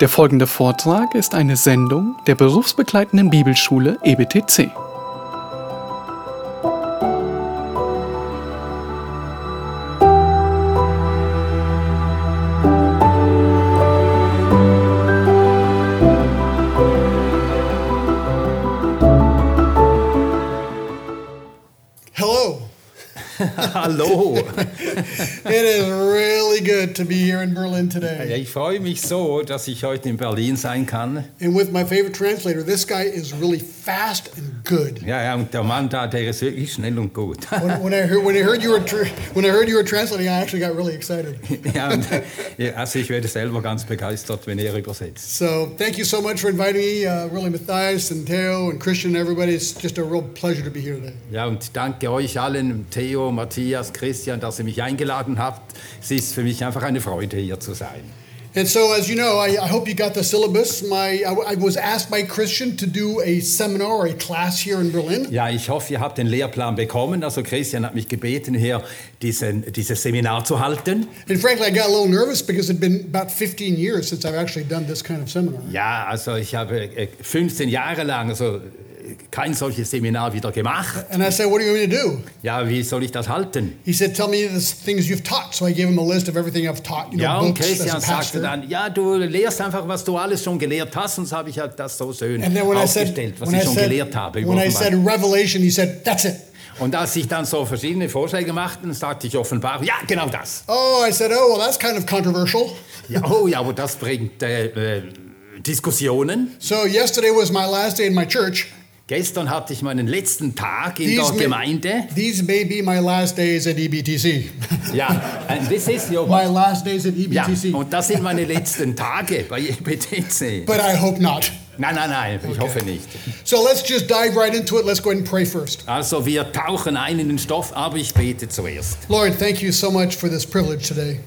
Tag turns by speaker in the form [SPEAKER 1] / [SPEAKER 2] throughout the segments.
[SPEAKER 1] Der folgende Vortrag ist eine Sendung der berufsbegleitenden Bibelschule E EBTC.
[SPEAKER 2] Hello.
[SPEAKER 3] Hallo!
[SPEAKER 2] It is really good to be here in Berlin
[SPEAKER 3] Ja,
[SPEAKER 2] today.
[SPEAKER 3] Ich freue mich so, dass ich heute in Berlin sein kann.
[SPEAKER 2] And with my favorite translator, this guy is really fast and good.
[SPEAKER 3] Ja, ja, und der Mann da, der ist wirklich schnell und gut.
[SPEAKER 2] When, when I heard when I heard you were tr- when I heard you were translating, I actually got really excited.
[SPEAKER 3] Ja, und, ja, also ich werde selber ganz begeistert, wenn er übersetzt.
[SPEAKER 2] So thank you so much for inviting me. Uh, really, Matthias and Theo and Christian and everybody. It's just a real pleasure to be here today.
[SPEAKER 3] Ja, und danke euch allen, Theo, Matthias, Christian, dass ihr mich eingeladen habt. Es ist für mich einfach eine Freude, hier zu sein.
[SPEAKER 2] And so, as you know, I, I hope you got the syllabus. My I, I was asked by Christian to do a seminar or a class here in Berlin.
[SPEAKER 3] Ja, ich hoffe, ihr habt den Lehrplan bekommen. Also Christian hat mich gebeten, hier diesen, dieses Seminar zu halten.
[SPEAKER 2] And frankly, I got a little nervous because it had been about 15 years since I've actually done this kind of seminar.
[SPEAKER 3] Ja, also ich habe äh, 15 Jahre lang also äh, kein solches Seminar wieder gemacht.
[SPEAKER 2] And I said, What do you want me to do?
[SPEAKER 3] Ja, wie soll ich das halten?
[SPEAKER 2] He said, Tell me the things you've taught. So I gave him a list of everything I've taught, you know,
[SPEAKER 3] Ja, und
[SPEAKER 2] books
[SPEAKER 3] Christian
[SPEAKER 2] as a pastor.
[SPEAKER 3] sagte dann, ja, du lehrst einfach, was du alles schon gelehrt hast, und so habe ich halt das so schön
[SPEAKER 2] and then when I said,
[SPEAKER 3] aufgestellt, was
[SPEAKER 2] when
[SPEAKER 3] ich
[SPEAKER 2] I
[SPEAKER 3] schon
[SPEAKER 2] said,
[SPEAKER 3] gelehrt habe. über
[SPEAKER 2] when I
[SPEAKER 3] Offenbarung.
[SPEAKER 2] said revelation, he said, That's it.
[SPEAKER 3] und als ich dann so verschiedene Vorschläge machte, sagte ich offenbar, ja, genau das.
[SPEAKER 2] Oh, I said, Oh, well, that's kind of controversial.
[SPEAKER 3] Ja, oh ja, aber das bringt äh, äh, Diskussionen.
[SPEAKER 2] So yesterday was my last day in my church.
[SPEAKER 3] Gestern hatte ich meinen letzten Tag in der
[SPEAKER 2] may-
[SPEAKER 3] Gemeinde.
[SPEAKER 2] these may be my last days at E EBTC.
[SPEAKER 3] Ja, and this is your...
[SPEAKER 2] my last days at E
[SPEAKER 3] Ja,
[SPEAKER 2] EBTC.
[SPEAKER 3] und das sind meine letzten Tage bei E EBTC.
[SPEAKER 2] But I hope not.
[SPEAKER 3] Nein, nein, nein, ich hoffe nicht.
[SPEAKER 2] So let's just dive right into it. Let's go ahead and pray first.
[SPEAKER 3] Also wir tauchen ein in den Stoff, aber ich bete zuerst.
[SPEAKER 2] Lord, thank you so much for this privilege today.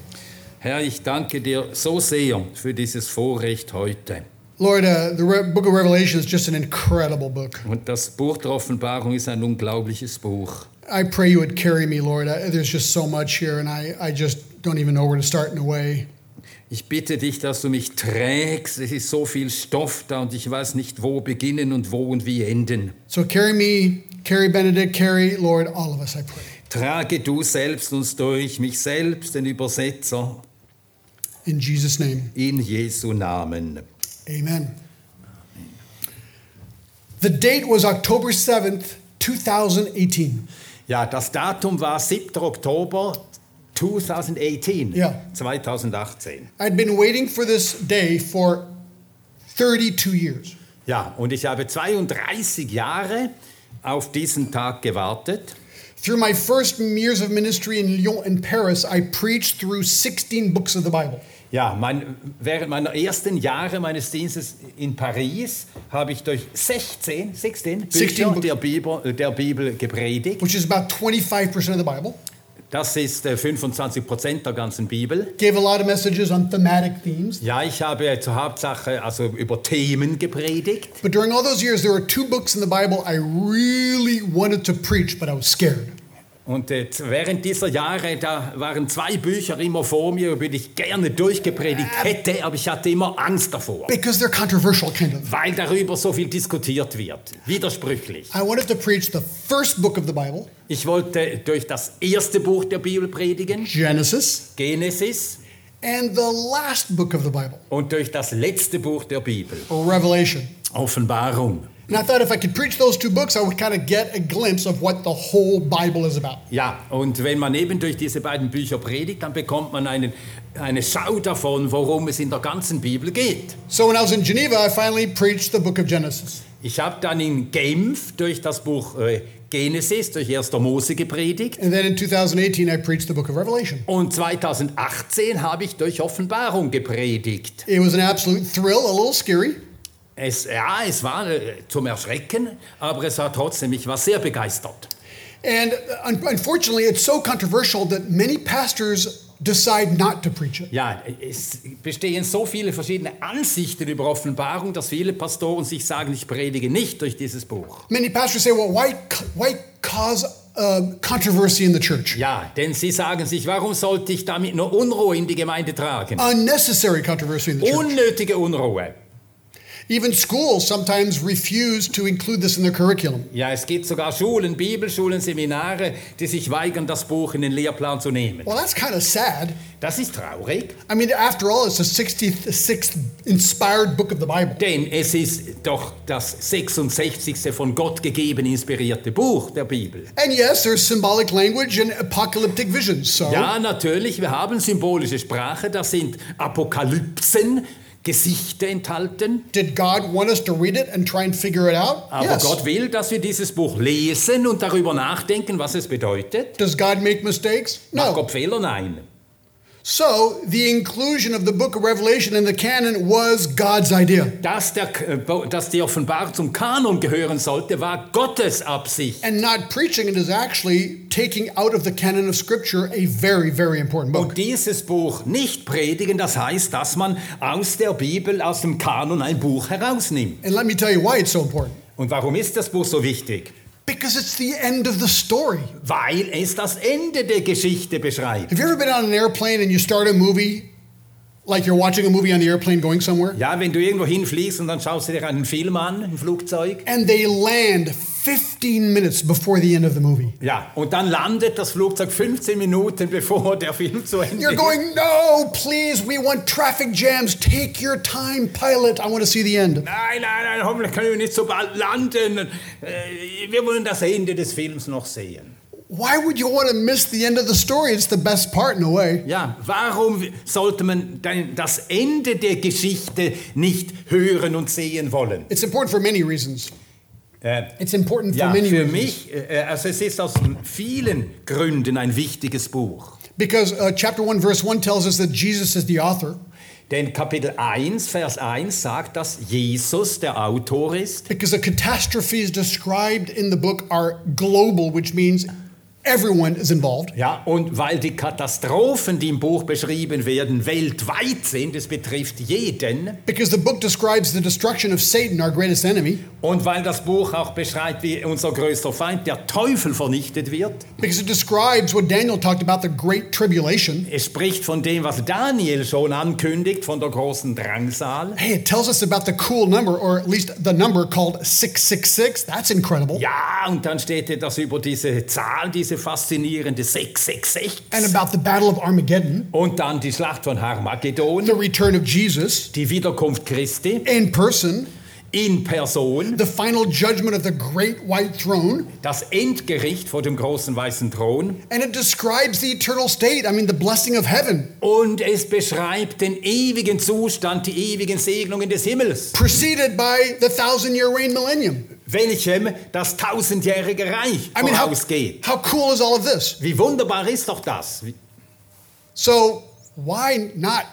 [SPEAKER 3] Herr, ich danke dir so sehr für dieses Vorrecht heute.
[SPEAKER 2] Lord, uh, the Re- book of Revelation is just an incredible book.
[SPEAKER 3] Und das Buch der Offenbarung ist ein unglaubliches Buch.
[SPEAKER 2] I pray you would carry me, Lord. I, there's just so much here, and I, I just don't even know where to start in a way.
[SPEAKER 3] Ich bitte dich, dass du mich trägst. Es ist so viel Stoff da und ich weiß nicht, wo beginnen und wo und wie enden.
[SPEAKER 2] So carry me, carry Benedict, carry, Lord, all of us, I pray.
[SPEAKER 3] Trage du selbst uns durch, mich selbst, den Übersetzer,
[SPEAKER 2] In Jesus' name,
[SPEAKER 3] in Jesu Namen.
[SPEAKER 2] amen. The date was October 7th, 2018.
[SPEAKER 3] Ja, das Datum war 7. Oktober 2018.
[SPEAKER 2] Ja.
[SPEAKER 3] 2018.
[SPEAKER 2] I'd been waiting for this day for 32 years.
[SPEAKER 3] Ja, und ich habe 32 Jahre auf diesen Tag gewartet.
[SPEAKER 2] Through my first years of ministry in Lyon and Paris, I preached through 16 books of the Bible.
[SPEAKER 3] Ja, mein, während meiner ersten Jahre meines Dienstes in Paris habe ich durch 16, 16 Bücher
[SPEAKER 2] 16
[SPEAKER 3] der Bibel, äh, der Bibel gepredigt.
[SPEAKER 2] which is about 25% of the Bible.
[SPEAKER 3] Das ist äh, 25 Prozent der ganzen Bibel.
[SPEAKER 2] Gave a lot of messages on thematic themes.
[SPEAKER 3] Ja, ich habe zur Hauptsache also über Themen gepredigt.
[SPEAKER 2] But during all those years, there were two books in the Bible I really wanted to preach, but I was scared.
[SPEAKER 3] Und äh, während dieser Jahre, da waren zwei Bücher immer vor mir, über die ich gerne durchgepredigt hätte, aber ich hatte immer Angst davor.
[SPEAKER 2] Because they're controversial, kind of.
[SPEAKER 3] weil darüber so viel diskutiert wird. Widersprüchlich.
[SPEAKER 2] I wanted to preach the first book of the Bible,
[SPEAKER 3] Ich wollte durch das erste Buch der Bibel predigen,
[SPEAKER 2] Genesis,
[SPEAKER 3] Genesis,
[SPEAKER 2] and the last book of the Bible,
[SPEAKER 3] und durch das letzte Buch der Bibel,
[SPEAKER 2] Revelation.
[SPEAKER 3] Offenbarung.
[SPEAKER 2] And I thought if I could preach those two books, I would kind of get a glimpse of what the whole Bible is about.
[SPEAKER 3] Ja, und wenn man eben durch diese beiden Bücher predigt, dann bekommt man einen, eine Schau davon, worum es in der ganzen Bibel geht.
[SPEAKER 2] So when I was in Geneva, I finally preached the book of Genesis.
[SPEAKER 3] Ich habe dann in Genf durch das Buch äh, Genesis, durch 1. Mose gepredigt.
[SPEAKER 2] And then in 2018, I preached the book of Revelation.
[SPEAKER 3] Und 2018 habe ich durch Offenbarung gepredigt.
[SPEAKER 2] It was an absolute thrill, a little scary.
[SPEAKER 3] Es, ja, es war äh, zum Erschrecken, aber es hat trotzdem, ich war sehr begeistert.
[SPEAKER 2] And un- unfortunately, it's so controversial that many pastors decide not to preach it.
[SPEAKER 3] Ja, es bestehen so viele verschiedene Ansichten über Offenbarung, dass viele Pastoren sich sagen, ich predige nicht durch dieses Buch.
[SPEAKER 2] Many pastors say, well, why, c- why cause uh, controversy in the church.
[SPEAKER 3] Ja, denn sie sagen sich, warum sollte ich damit nur Unruhe in die Gemeinde tragen?
[SPEAKER 2] Unnecessary controversy in the church.
[SPEAKER 3] Unnötige Unruhe.
[SPEAKER 2] Even schools sometimes refuse to include this in their curriculum.
[SPEAKER 3] Ja, es gibt sogar Schulen, Bibelschulen, Seminare, die sich weigern, das Buch in den Lehrplan zu nehmen.
[SPEAKER 2] Well, that's kind of sad.
[SPEAKER 3] Das ist traurig,
[SPEAKER 2] I mean, after all, it's the 66th inspired book of the Bible.
[SPEAKER 3] denn es ist doch das 66. von Gott gegeben inspirierte Buch der Bibel.
[SPEAKER 2] And yes, there's symbolic language and apocalyptic visions. So
[SPEAKER 3] Ja, natürlich, wir haben symbolische Sprache, da sind Apokalypsen, Gesichter enthalten.
[SPEAKER 2] Did God want us to read it and try and figure it out?
[SPEAKER 3] Aber
[SPEAKER 2] yes.
[SPEAKER 3] Gott will, dass wir dieses Buch lesen und darüber nachdenken, was es bedeutet.
[SPEAKER 2] Does God make mistakes?
[SPEAKER 3] Macht
[SPEAKER 2] No.
[SPEAKER 3] Gott Fehler? Nein.
[SPEAKER 2] So the inclusion of the book of Revelation in the canon was God's idea.
[SPEAKER 3] Dass, der, äh, dass die Offenbarung zum Kanon gehören sollte, war Gottes Absicht.
[SPEAKER 2] And not preaching it is actually taking out of the canon of Scripture a very, very important book.
[SPEAKER 3] Und dieses Buch nicht predigen, das heißt, dass man aus der Bibel, aus dem Kanon ein Buch herausnimmt.
[SPEAKER 2] And let me tell you why it's so important.
[SPEAKER 3] Und warum ist das Buch so wichtig?
[SPEAKER 2] Because it's the end of the story.
[SPEAKER 3] Weil es das Ende der Geschichte beschreibt.
[SPEAKER 2] Have you ever been on an airplane and you start a movie like you're watching a movie on the airplane going somewhere?
[SPEAKER 3] Ja, wenn du irgendwo hinfliegst und dann schaust du dir einen Film an, ein Flugzeug.
[SPEAKER 2] And they land 15 minutes before the end of the movie.
[SPEAKER 3] Ja, und dann landet das Flugzeug 15 Minuten bevor der Film zu Ende
[SPEAKER 2] You're
[SPEAKER 3] ist.
[SPEAKER 2] going, no, please, we want traffic jams. Take your time, pilot. I want to see the end.
[SPEAKER 3] Nein, nein, nein, hoffentlich können wir nicht so bald landen. Äh, Wir wollen das Ende des Films noch sehen.
[SPEAKER 2] Why would you want to miss the end of the story? It's the best part in a way.
[SPEAKER 3] Ja, warum sollte man denn das Ende der Geschichte nicht hören und sehen wollen?
[SPEAKER 2] It's important for many reasons.
[SPEAKER 3] Äh,
[SPEAKER 2] It's important for
[SPEAKER 3] ja,
[SPEAKER 2] many
[SPEAKER 3] für
[SPEAKER 2] reasons.
[SPEAKER 3] mich, äh, also es ist aus vielen Gründen ein wichtiges Buch.
[SPEAKER 2] Because uh, chapter 1, verse 1 tells us that Jesus is the author.
[SPEAKER 3] Denn Kapitel 1, Vers 1 sagt, dass Jesus der Autor ist.
[SPEAKER 2] Because the catastrophes described in the book are global, which means everyone is involved.
[SPEAKER 3] Ja, und weil die Katastrophen, die im Buch beschrieben werden, weltweit sind, es betrifft jeden,
[SPEAKER 2] Because the book describes the destruction of Satan, our greatest enemy.
[SPEAKER 3] und weil das Buch auch beschreibt, wie unser größter Feind, der Teufel, vernichtet wird.
[SPEAKER 2] Because it describes what Daniel talked about, the great tribulation.
[SPEAKER 3] Es spricht von dem, was Daniel schon ankündigt, von der großen Drangsal.
[SPEAKER 2] Hey, it tells us about the cool number, or at least the number called 666. That's incredible.
[SPEAKER 3] Ja, und dann steht etwas über diese Zahl, diese faszinierende 666.
[SPEAKER 2] And about the Battle of Armageddon,
[SPEAKER 3] Und dann die Schlacht von Harmagedon,
[SPEAKER 2] the return of Jesus
[SPEAKER 3] die Wiederkunft Christi
[SPEAKER 2] in person,
[SPEAKER 3] in Person,
[SPEAKER 2] the final judgment of the great white throne,
[SPEAKER 3] das Endgericht vor dem großen weißen Thron.
[SPEAKER 2] and it describes the eternal state. I mean, the blessing of heaven,
[SPEAKER 3] Und es beschreibt den ewigen Zustand, die ewigen Segnungen des Himmels,
[SPEAKER 2] preceded by the thousand year reign millennium.
[SPEAKER 3] welchem das tausendjährige Reich
[SPEAKER 2] I mean, how,
[SPEAKER 3] vorausgeht.
[SPEAKER 2] how cool is all of this?
[SPEAKER 3] Wie wunderbar ist doch das?
[SPEAKER 2] So, why not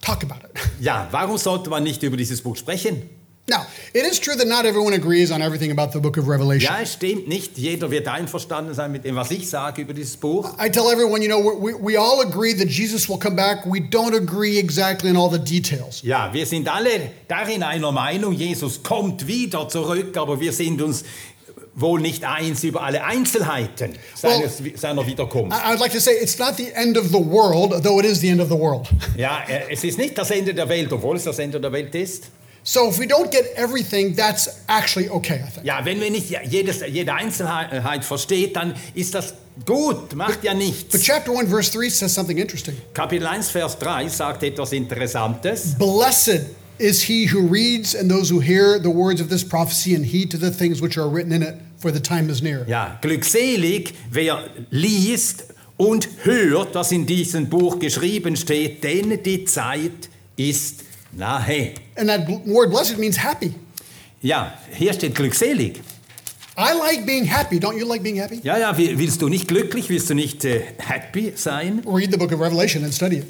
[SPEAKER 2] talk about it?
[SPEAKER 3] Ja, warum sollte man nicht über dieses Buch sprechen?
[SPEAKER 2] Now, it is true that not everyone agrees on everything about the book of Revelation.
[SPEAKER 3] Ja, es stimmt nicht. Jeder wird einverstanden sein mit dem, was ich sage über dieses Buch.
[SPEAKER 2] I tell everyone, you know, we, we, we all agree that Jesus will come back. We don't agree exactly on all the details.
[SPEAKER 3] Ja, wir sind alle darin einer Meinung, Jesus kommt wieder zurück, aber wir sind uns wohl nicht eins über alle Einzelheiten seines, seiner Wiederkunft.
[SPEAKER 2] I, I'd like to say it's not the end of the world, though it is the end of the world.
[SPEAKER 3] Ja, äh, es ist nicht das Ende der Welt, obwohl es das Ende der Welt ist.
[SPEAKER 2] So if we don't get everything, that's actually okay, I think.
[SPEAKER 3] Ja, wenn wir nicht jedes, jede Einzelheit versteht, dann ist das gut, macht ja
[SPEAKER 2] But
[SPEAKER 3] nichts.
[SPEAKER 2] chapter 1, verse 3 says something interesting.
[SPEAKER 3] Kapitel 1, Vers 3 sagt etwas Interessantes.
[SPEAKER 2] Blessed is he who reads and those who hear the words of this prophecy and heed to the things which are written in it, for the time is near.
[SPEAKER 3] Ja, glückselig, wer liest und hört, was in diesem Buch geschrieben steht, denn die Zeit ist nahe.
[SPEAKER 2] And that bl- word blessed means happy.
[SPEAKER 3] Ja, hier steht glückselig.
[SPEAKER 2] I like being happy. Don't you like being happy?
[SPEAKER 3] Ja, ja, wi- willst du nicht glücklich, willst du nicht äh, happy sein?
[SPEAKER 2] Read the book of Revelation and study it.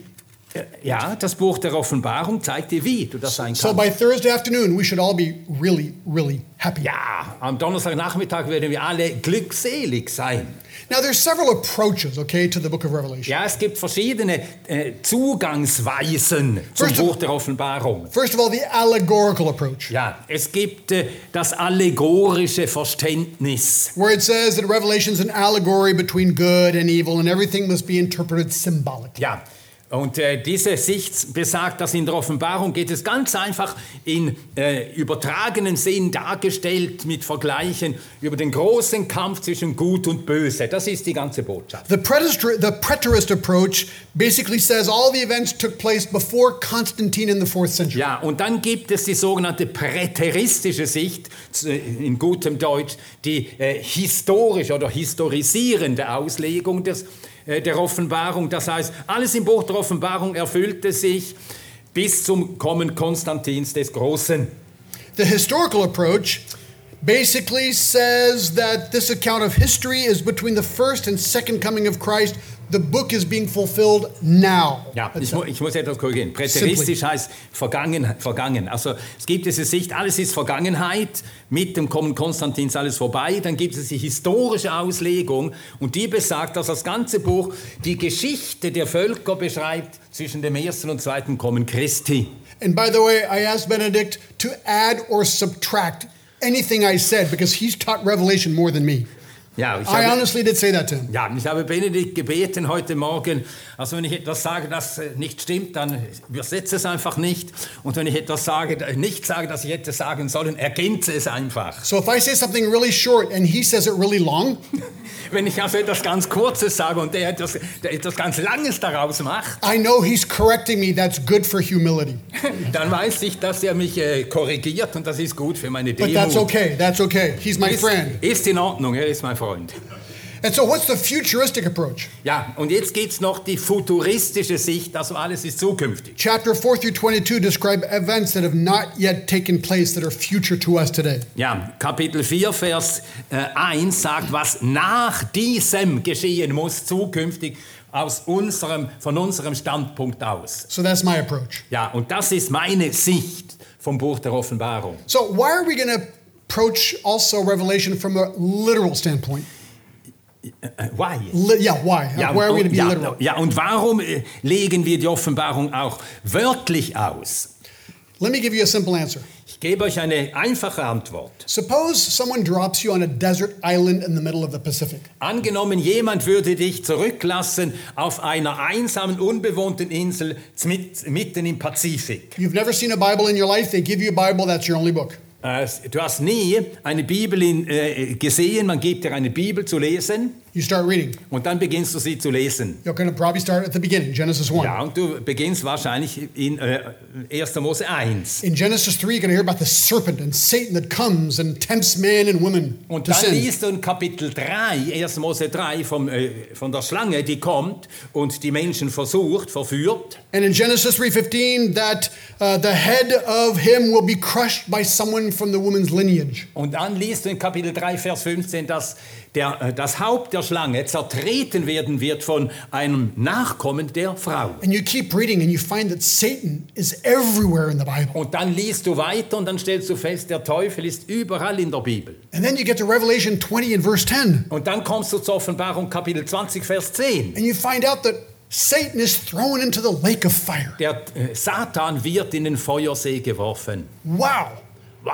[SPEAKER 3] Ja, das Buch der Offenbarung zeigt dir, wie du das sein
[SPEAKER 2] So
[SPEAKER 3] kannst.
[SPEAKER 2] by Thursday afternoon, we should all be really, really happy.
[SPEAKER 3] Ja, am Donnerstagnachmittag werden wir alle glückselig sein.
[SPEAKER 2] Now, there's several approaches, okay, to the book of Revelation.
[SPEAKER 3] Ja, es gibt verschiedene äh, Zugangsweisen zum
[SPEAKER 2] First of-
[SPEAKER 3] Buch der Offenbarung.
[SPEAKER 2] First of all, the allegorical approach,
[SPEAKER 3] Ja, es gibt äh, das allegorische Verständnis.
[SPEAKER 2] where it says that Revelation is an allegory between good and evil, and everything must be interpreted symbolically.
[SPEAKER 3] Ja, und äh, diese Sicht besagt, dass in der Offenbarung geht es ganz einfach in äh, übertragenen Sinn dargestellt mit Vergleichen über den großen Kampf zwischen Gut und Böse. Das ist die ganze Botschaft.
[SPEAKER 2] The preterist, the preterist approach basically says all the events took place before Constantine in the fourth century.
[SPEAKER 3] Ja, und dann gibt es die sogenannte präteristische Sicht, z- in gutem Deutsch, die äh, historisch oder historisierende Auslegung des, äh, der Offenbarung. Das heißt, alles im Buch der Offenbarung erfüllte sich bis zum Kommen Konstantins des Großen.
[SPEAKER 2] The historical approach basically says that this account of history is between the first and second coming of Christ. The book is being fulfilled now.
[SPEAKER 3] Ja,
[SPEAKER 2] That's
[SPEAKER 3] ich,
[SPEAKER 2] it.
[SPEAKER 3] mu ich muss etwas korrigieren. Präteristisch heißt vergangen, vergangen. Also es gibt diese Sicht, alles ist Vergangenheit, mit dem Kommen Konstantins alles vorbei. Dann gibt es die historische Auslegung und die besagt, dass das ganze Buch die Geschichte der Völker beschreibt zwischen dem ersten und zweiten Kommen Christi.
[SPEAKER 2] And by the way, I asked Benedict to add or subtract anything I said because he's taught Revelation more than me.
[SPEAKER 3] Ja, ich
[SPEAKER 2] I
[SPEAKER 3] habe,
[SPEAKER 2] honestly did say that to him.
[SPEAKER 3] ja, ich habe Benedikt gebeten heute Morgen, also wenn ich etwas sage, das äh, nicht stimmt, dann übersetze es einfach nicht. Und wenn ich etwas sage, äh, nicht sage, dass ich hätte sagen sollen, ergänze es einfach.
[SPEAKER 2] So if I say something really short and he says it really long,
[SPEAKER 3] Wenn ich also etwas ganz Kurzes sage und der etwas, der etwas ganz Langes daraus macht,
[SPEAKER 2] I know he's correcting me. That's good for humility.
[SPEAKER 3] dann weiß ich, dass er mich äh, korrigiert und das ist gut für meine
[SPEAKER 2] But
[SPEAKER 3] Demut.
[SPEAKER 2] that's okay. That's okay. He's my
[SPEAKER 3] Ist,
[SPEAKER 2] friend.
[SPEAKER 3] ist in Ordnung, er ist mein Freund.
[SPEAKER 2] And so, what's the futuristic approach?
[SPEAKER 3] Ja, und jetzt gibt es noch die futuristische Sicht, also alles ist zukünftig.
[SPEAKER 2] Chapter 4 through 22 describe events that have not yet taken place that are future to us today.
[SPEAKER 3] Ja, Kapitel 4, Vers äh, 1 sagt, was nach diesem geschehen muss, zukünftig aus unserem, von unserem Standpunkt aus.
[SPEAKER 2] So, that's my approach.
[SPEAKER 3] Ja, und das ist meine Sicht vom Buch der Offenbarung.
[SPEAKER 2] So, why are we going to approach also Revelation from a literal standpoint?
[SPEAKER 3] Äh, why?
[SPEAKER 2] Li- yeah, why?
[SPEAKER 3] Ja,
[SPEAKER 2] why are we going to
[SPEAKER 3] und,
[SPEAKER 2] be
[SPEAKER 3] ja,
[SPEAKER 2] literal?
[SPEAKER 3] ja, und warum äh, legen wir die Offenbarung auch wörtlich aus?
[SPEAKER 2] Let me give you a simple answer.
[SPEAKER 3] Ich gebe euch eine einfache Antwort.
[SPEAKER 2] Suppose someone drops you on a desert island in the middle of the Pacific.
[SPEAKER 3] Angenommen, jemand würde dich zurücklassen auf einer einsamen, unbewohnten Insel mit, mitten im Pazifik.
[SPEAKER 2] You've never seen a Bible in your life, they give you a Bible, that's your only book.
[SPEAKER 3] Äh, Du hast nie eine Bibel in, äh, gesehen, man gibt dir eine Bibel zu lesen
[SPEAKER 2] You start reading.
[SPEAKER 3] und dann beginnst du sie zu lesen.
[SPEAKER 2] You're going to probably start at the beginning, Genesis 1.
[SPEAKER 3] Ja, und du beginnst wahrscheinlich in äh, 1. Mose 1.
[SPEAKER 2] In Genesis 3, you're going to hear about the serpent and Satan that comes and tempts men and women
[SPEAKER 3] Und
[SPEAKER 2] to
[SPEAKER 3] dann
[SPEAKER 2] sin.
[SPEAKER 3] liest du in Kapitel 3, 1. Mose 3, vom, äh, von der Schlange, die kommt und die Menschen versucht, verführt.
[SPEAKER 2] And in Genesis 3:15, that uh, the head of him will be crushed by someone from the woman's lineage.
[SPEAKER 3] Und dann liest du in Kapitel 3, Vers 15, dass der, äh, das Haupt der Schlange zertreten werden wird von einem Nachkommen der Frau.
[SPEAKER 2] And you keep reading, and you find that Satan is everywhere in the Bible.
[SPEAKER 3] Und dann liest du weiter und dann stellst du fest, der Teufel ist überall in der Bibel.
[SPEAKER 2] And then you get to Revelation 20 and verse 10,
[SPEAKER 3] Und dann kommst du zur Offenbarung Kapitel 20, Vers 10.
[SPEAKER 2] and you find out that Satan is thrown into the lake of fire.
[SPEAKER 3] Der äh, Satan wird in den Feuersee geworfen.
[SPEAKER 2] Wow!
[SPEAKER 3] Wow.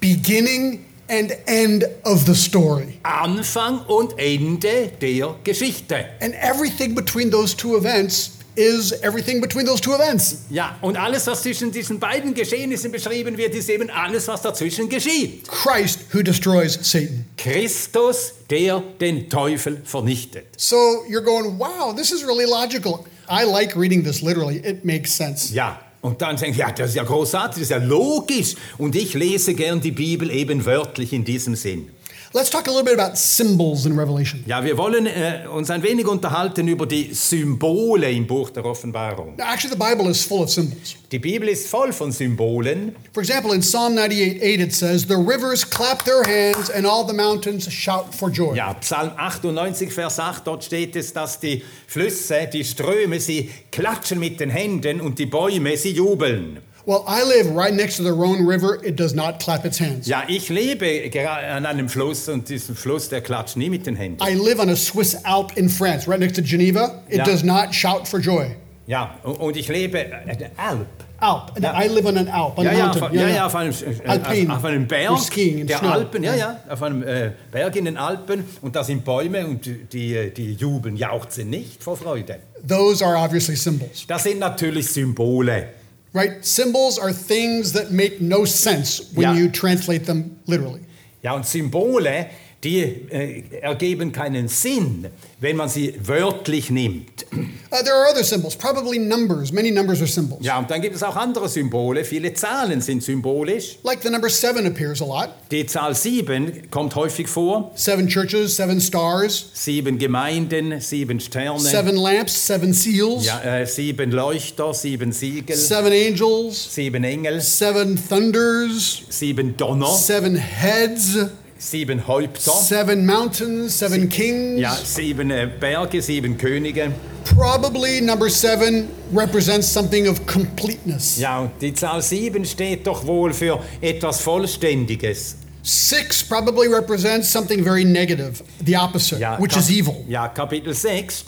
[SPEAKER 2] Beginning and end of the story.
[SPEAKER 3] Anfang und Ende der Geschichte.
[SPEAKER 2] And everything between those two events is everything between those two events.
[SPEAKER 3] Ja, und alles, was zwischen diesen beiden Geschehnissen beschrieben wird, ist eben alles, was dazwischen geschieht.
[SPEAKER 2] Christ who destroys Satan.
[SPEAKER 3] Christus, der den Teufel vernichtet.
[SPEAKER 2] So you're going, wow, this is really logical. I like reading this literally. It makes sense.
[SPEAKER 3] Ja, und dann denkt, ja, das ist ja großartig, das ist ja logisch. Und ich lese gern die Bibel eben wörtlich in diesem Sinn.
[SPEAKER 2] Let's talk a little bit about symbols in Revelation.
[SPEAKER 3] Ja, wir wollen äh, uns ein wenig unterhalten über die Symbole im Buch der Offenbarung.
[SPEAKER 2] Now, actually, the Bible is full of symbols.
[SPEAKER 3] Die Bibel ist voll von Symbolen.
[SPEAKER 2] For example, in Psalm 98 8, it says, The rivers clap their hands and all the mountains shout for joy.
[SPEAKER 3] Ja, Psalm 98, Vers 8, dort steht es, dass die Flüsse, die Ströme, sie klatschen mit den Händen und die Bäume, sie jubeln.
[SPEAKER 2] Well, I live right next to the Rhone River. It does not clap its hands.
[SPEAKER 3] Ja, ich lebe gerade an einem Fluss und diesen Fluss, der klatscht nie mit den Händen.
[SPEAKER 2] I live on a Swiss Alp in France, right next to Geneva. It
[SPEAKER 3] Yeah.
[SPEAKER 2] does not shout for joy.
[SPEAKER 3] Ja, u- und ich lebe äh, Alp.
[SPEAKER 2] Alp. And
[SPEAKER 3] Yeah.
[SPEAKER 2] I live on an Alp, on
[SPEAKER 3] Ja,
[SPEAKER 2] a
[SPEAKER 3] ja,
[SPEAKER 2] mountain.
[SPEAKER 3] auf, ja, ja, auf einem,
[SPEAKER 2] Alpin.
[SPEAKER 3] äh, auf einem Berg
[SPEAKER 2] We're skiing in
[SPEAKER 3] der
[SPEAKER 2] snow.
[SPEAKER 3] Alpen, ja, ja, auf einem äh, Berg in den Alpen und da sind Bäume und die, äh, die jubeln, jauchzen nicht vor Freude.
[SPEAKER 2] Those are obviously symbols,
[SPEAKER 3] Das sind natürlich Symbole.
[SPEAKER 2] right? Symbols are things that make no sense when
[SPEAKER 3] Yeah.
[SPEAKER 2] you translate them literally.
[SPEAKER 3] Ja, und Symbole, die äh, ergeben keinen Sinn, wenn man sie wörtlich nimmt.
[SPEAKER 2] Uh, there are other symbols, probably numbers. Many numbers are symbols.
[SPEAKER 3] Ja, und dann gibt es auch andere Symbole. Viele Zahlen sind symbolisch.
[SPEAKER 2] Like the number seven appears a lot.
[SPEAKER 3] Die Zahl 7 kommt häufig vor.
[SPEAKER 2] Seven churches, seven stars,
[SPEAKER 3] Sieben Gemeinden, sieben Sterne,
[SPEAKER 2] seven lamps, seven seals,
[SPEAKER 3] Ja, äh, sieben Leuchter, sieben Siegel,
[SPEAKER 2] seven angels,
[SPEAKER 3] sieben Engel,
[SPEAKER 2] seven thunders,
[SPEAKER 3] sieben Donner,
[SPEAKER 2] seven heads,
[SPEAKER 3] sieben Häupter,
[SPEAKER 2] seven mountains, seven kings.
[SPEAKER 3] ja, sieben äh, Berge, sieben Könige.
[SPEAKER 2] Probably number seven represents something of completeness.
[SPEAKER 3] Ja, und die Zahl 7 steht doch wohl für etwas Vollständiges.
[SPEAKER 2] Six probably represents something very negative, the opposite,
[SPEAKER 3] Ja,
[SPEAKER 2] which
[SPEAKER 3] Kap-
[SPEAKER 2] is evil.
[SPEAKER 3] Ja, Kapitel 6,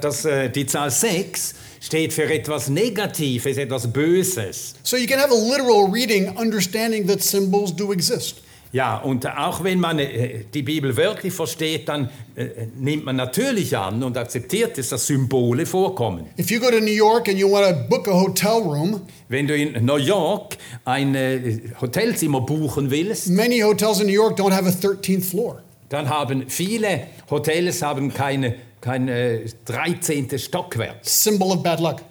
[SPEAKER 3] das, äh, die Zahl 6 steht für etwas Negatives, etwas Böses.
[SPEAKER 2] So you can have a literal reading understanding that symbols do exist.
[SPEAKER 3] Ja, und auch wenn man äh, die Bibel wirklich versteht, dann äh, nimmt man natürlich an und akzeptiert es, dass Symbole vorkommen.
[SPEAKER 2] If you go to New York and you want to book a hotel room,
[SPEAKER 3] Wenn du in New York ein äh, Hotelzimmer buchen willst,
[SPEAKER 2] many hotels in New York don't have a 13th floor.
[SPEAKER 3] dann haben viele Hotels haben keine, kein äh, 13. Stockwerk.
[SPEAKER 2] Symbol of bad luck.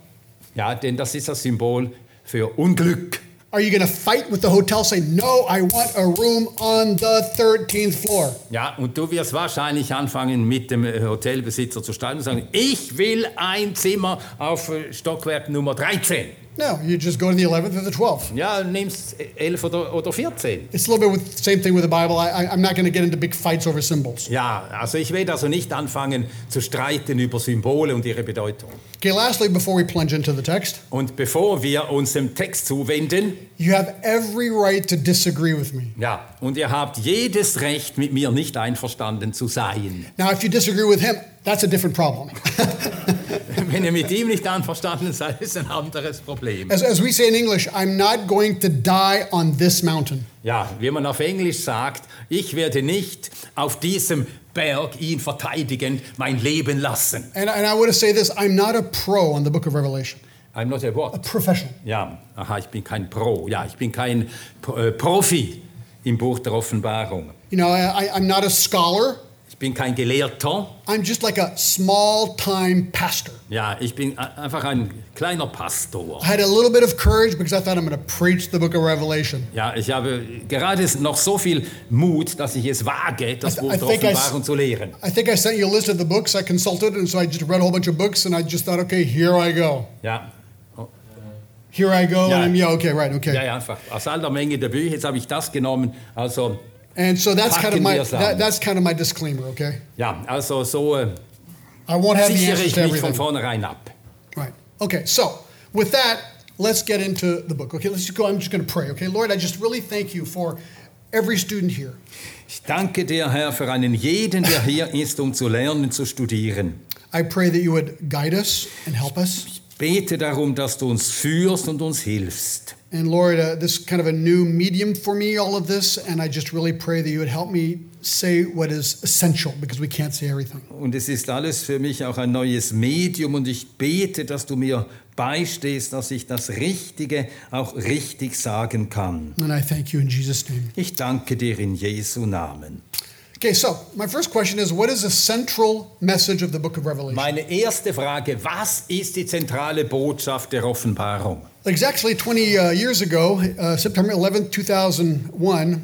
[SPEAKER 3] Ja, denn das ist das Symbol für Unglück.
[SPEAKER 2] Are you going to fight with the hotel saying, no, I want a room on the 13th floor?
[SPEAKER 3] Ja, und du wirst wahrscheinlich anfangen, mit dem äh, Hotelbesitzer zu streiten und sagen, ich will ein Zimmer auf äh, Stockwerk Nummer 13.
[SPEAKER 2] No, you just go to the 11th or the 12th.
[SPEAKER 3] Ja, nimmst 11 oder, oder 14.
[SPEAKER 2] It's a little bit with same thing with the Bible. I, I, I'm not going to get into big fights over symbols.
[SPEAKER 3] Ja, also ich will also nicht anfangen zu streiten über Symbole und ihre Bedeutung.
[SPEAKER 2] Okay, lastly, before we plunge into the text,
[SPEAKER 3] Und bevor wir uns dem Text zuwenden,
[SPEAKER 2] you have every right to disagree with me.
[SPEAKER 3] ja, und ihr habt jedes Recht, mit mir nicht einverstanden zu sein.
[SPEAKER 2] Now, if you disagree with him, that's a different problem.
[SPEAKER 3] Wenn ihr mit ihm nicht einverstanden seid, ist ein anderes Problem.
[SPEAKER 2] As, as we say in English, I'm not going to die on this mountain.
[SPEAKER 3] Ja, wie man auf Englisch sagt, ich werde nicht auf diesem Berg ihn verteidigend mein Leben lassen.
[SPEAKER 2] And, and I want to say this I'm not a pro on the book of Revelation,
[SPEAKER 3] I'm not a
[SPEAKER 2] a
[SPEAKER 3] what?
[SPEAKER 2] professional.
[SPEAKER 3] Ja, aha, ich bin kein Pro. Ja, ich bin kein Pro- äh, Profi im Buch der Offenbarung.
[SPEAKER 2] You know, I, I- I'm not a scholar,
[SPEAKER 3] Ich bin kein Gelehrter.
[SPEAKER 2] I'm just like a small time pastor.
[SPEAKER 3] Ja, ich bin a- einfach ein kleiner Pastor.
[SPEAKER 2] I had a little bit of courage because I thought I'm going to preach the book of Revelation.
[SPEAKER 3] Ja, ich habe gerade noch so viel Mut, dass ich es wage, das
[SPEAKER 2] I-
[SPEAKER 3] Buch
[SPEAKER 2] I
[SPEAKER 3] der
[SPEAKER 2] think I s-
[SPEAKER 3] Offenbarung zu lehren.
[SPEAKER 2] I think I sent you a list of the books I consulted, and so I just read a whole bunch of books, and I just thought, okay, here I go.
[SPEAKER 3] Ja.
[SPEAKER 2] Here I go,
[SPEAKER 3] Yeah.
[SPEAKER 2] and I'm, yeah, okay, right, okay.
[SPEAKER 3] ja, ja, einfach aus all der Menge der Bücher. Jetzt habe ich das genommen. Also,
[SPEAKER 2] And so that's kind of
[SPEAKER 3] Packen
[SPEAKER 2] my
[SPEAKER 3] wir es an.
[SPEAKER 2] that, that's kind of my disclaimer, okay?
[SPEAKER 3] ja, also so äh,
[SPEAKER 2] I won't have the
[SPEAKER 3] sichere
[SPEAKER 2] answers
[SPEAKER 3] ich
[SPEAKER 2] to
[SPEAKER 3] mich von
[SPEAKER 2] everything.
[SPEAKER 3] vornherein ab.
[SPEAKER 2] Right. Okay. So with that, let's get into the book. Okay. Let's just go. I'm just going to pray. Okay, Lord, I just really thank you for every student here.
[SPEAKER 3] Ich danke dir, Herr, für einen jeden, der hier ist, um zu lernen, zu studieren.
[SPEAKER 2] I pray that you would guide us and help us.
[SPEAKER 3] Bete darum, dass du uns führst und uns hilfst.
[SPEAKER 2] And Lord, uh, this is kind of a new medium for me, all of this, and I just really pray that you would help me say what is essential because we can't say everything.
[SPEAKER 3] Und es ist alles für mich auch ein neues Medium und ich bete, dass du mir beistehst, dass ich das Richtige auch richtig sagen kann.
[SPEAKER 2] And I thank you in Jesus' name.
[SPEAKER 3] Ich danke dir in Jesu Namen.
[SPEAKER 2] Okay, so my first question is what is the central message of the book of Revelation?
[SPEAKER 3] Meine erste Frage, was ist die zentrale Botschaft der Offenbarung?
[SPEAKER 2] Exactly 20 uh, years ago, uh, September 11th, 2001,